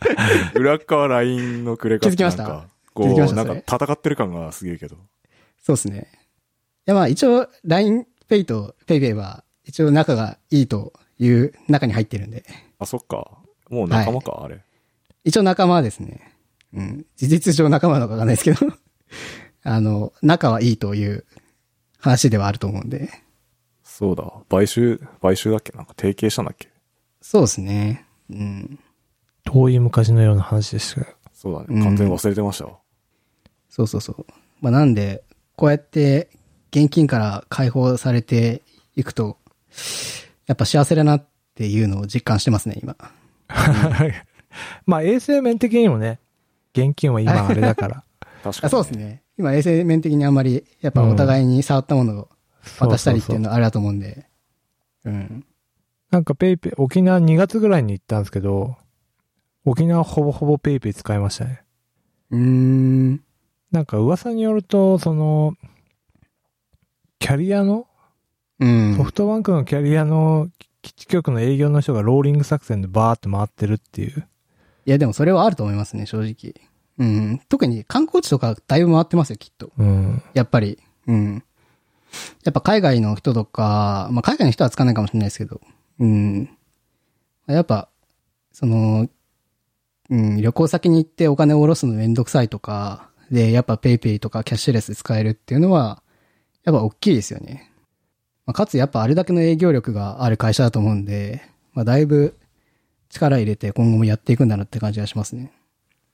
S2: 裏側 LINE のクレカってなんか
S3: 気づきました
S2: こ
S3: 気づきま
S2: う、
S3: した
S2: な
S3: そ
S2: ん
S3: れ
S2: か戦ってる感がすげえけど。
S3: そうですね。いやまあ一応 LINE ペイとペイペイは一応仲がいいという中に入ってるんで。
S2: あ、そっか。もう仲間か、あれ。
S3: 一応仲間ですね。うん。事実上仲間なのかわかんないですけど。 あの、仲はいいという話ではあると思うんで。
S2: そうだ。買収、買収だっけなんか提携したんだっけ
S3: そうですね。うん。
S1: ト。遠い昔のような話ですけど。
S2: そうだ
S3: うん
S2: ね。完全に忘れてましたわ。
S3: そうそうそう。まあなんで、こうやって現金から解放されていくと、やっぱ幸せだなっていうのを実感してますね、今。
S1: まあ衛生面的にもね、現金は今あれだから。
S2: 確かに、
S3: あそうです。ね。今衛生面的にあんまり、やっぱお互いに触ったものを渡したりっていうのはあれだと思うんで。うん。
S1: なんかペイペイ、沖縄2月ぐらいに行ったんですけど、沖縄ほぼほぼペイペイ使いましたね。
S3: うーん。
S1: なんか噂によると、その、キャリアの、
S3: うん。
S1: ソフトバンクのキャリアの基地局の営業の人がローリング作戦でバーって回ってるっていう。
S3: いや、でもそれはあると思いますね、正直。うん。特に観光地とかだいぶ回ってますよ、きっと。
S1: うん。
S3: やっぱり。うん。やっぱ海外の人とか、まあ海外の人はつかないかもしれないですけど。うん。やっぱ、その、うん、旅行先に行ってお金を下ろすのめんどくさいとか、で、やっぱペイペイとかキャッシュレス使えるっていうのは、やっぱ大きいですよね。まあ、かつやっぱあれだけの営業力がある会社だと思うんで、まあだいぶ力入れて今後もやっていくんだなって感じがしますね。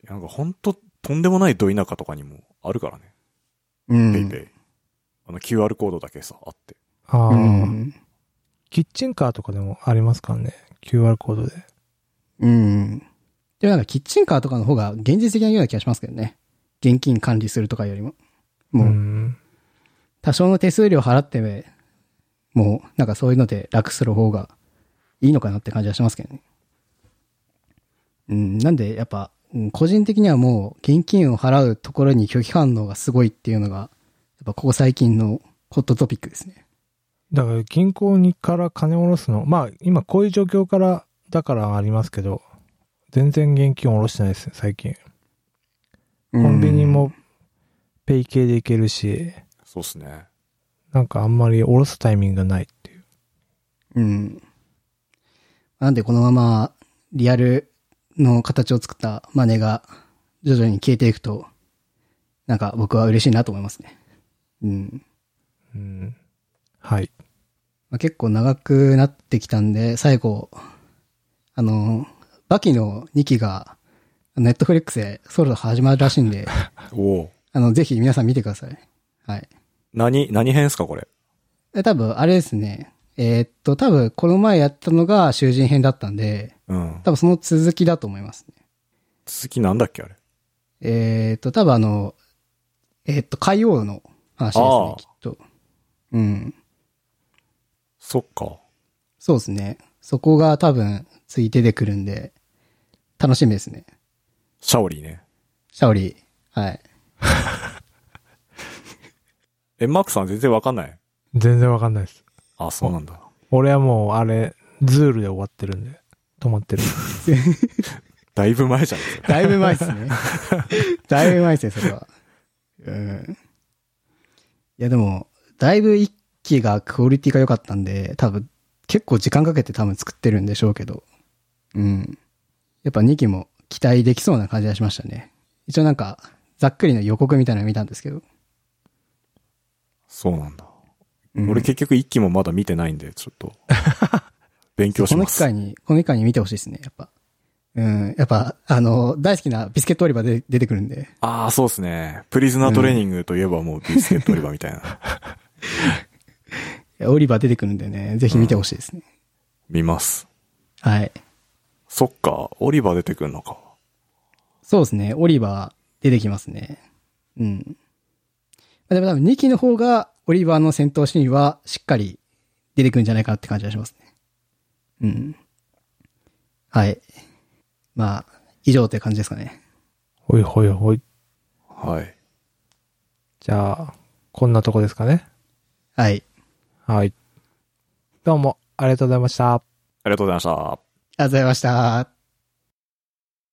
S2: なんかほんと、とんでもないど田舎とかにもあるからね。
S3: うん。
S2: ペイペイ。あの QR コードだけさ、あって。
S1: ああ、
S3: うん。
S1: キッチンカーとかでもありますからね。QR コードで。
S3: うん。でもなんかキッチンカーとかの方が現実的なような気がしますけどね。現金管理するとかよりも。もう、
S1: ん。
S3: 多少の手数料払って、もう、なんかそういうので楽する方がいいのかなって感じはしますけどね。うん、なんでやっぱ、うん個人的にはもう現金を払うところに拒否反応がすごいっていうのが、やっぱここ最近のホットトピックですね。
S1: だから銀行にから金を下ろすの。まあ今こういう状況からだからありますけど、全然現金を下ろしてないですね、最近。
S3: コ
S1: コンビニもペイ系で行けるし、
S2: そうっすね。
S1: なんかあんまり下ろすタイミングがないっていう。
S3: うん。なんでこのままリアルの形を作ったマネが徐々に消えていくと、なんか僕は嬉しいなと思いますね。うん。
S1: うん。はい。
S3: まあ、結構長くなってきたんで、最後、あの、バキの2期が、ネットフリックスでソロ始まるらしいんで、
S2: おお。
S3: あの、ぜひ皆さん見てください。はい。
S2: 何、何編っすか、これ。
S3: え多分、あれですね。えーっと、多分、この前やったのが囚人編だったんで、
S2: うん。
S3: 多分その続きだと思いますね。
S2: 続きなんだっけ、あれ。
S3: えっ、と、多分あの、えっ、と、海王の話です
S2: ああ、
S3: ねきっと。うん。
S2: そっか。
S3: そうですね。そこが多分、つい出てくるんで、楽しみですね。
S2: シャオリーね。
S3: シャオリー。はい。
S2: え、マークさん全然わかんない。
S1: 全然わかんないです。
S2: あ、そうなんだ。
S1: 俺はもうあれ、ズールで終わってるんで、 止まってる。
S2: だいぶ前じゃん。それ
S3: だいぶ前です ね。だいぶ前ですね、それは。うん。いや、でも、だいぶ一機がクオリティが良かったんで、多分、結構時間かけて多分作ってるんでしょうけど、うん。やっぱ2機も期待できそうな感じがしましたね。一応なんか、ざっくりの予告みたいなの見たんですけど。
S2: そうなんだ。
S3: うん
S2: 俺結局一期もまだ見てないんで、ちょっ と、勉強し
S3: この
S2: ま
S3: 機
S2: す。
S3: 会に、この機会に見てほしいですね、やっぱ。うん、やっぱ、あの、大好きなビスケットオリバーで出てくるんで、
S2: ああ、そうですね。プリズナートレーニングといえばもうビスケットオリバーみたい な。
S3: オリバー出てくるんでね、ぜひ見てほしいですね。
S2: 見ます。
S3: はい。
S2: そっか、オリバー出てくんのか。
S3: そうですね、オリバー出てきますね。うん。まあでも多分2期の方が、オリバーの戦闘シーンはしっかり出てくるんじゃないかなって感じがしますね。うん。はい。まあ、以上という感じですかね。
S1: ほいほいほい。
S2: はい。
S1: じゃあ、こんなとこですかね。
S3: はい。
S1: はい。どうも、ありがとうございました。
S2: ありがとうございました。
S3: ありがとうございました。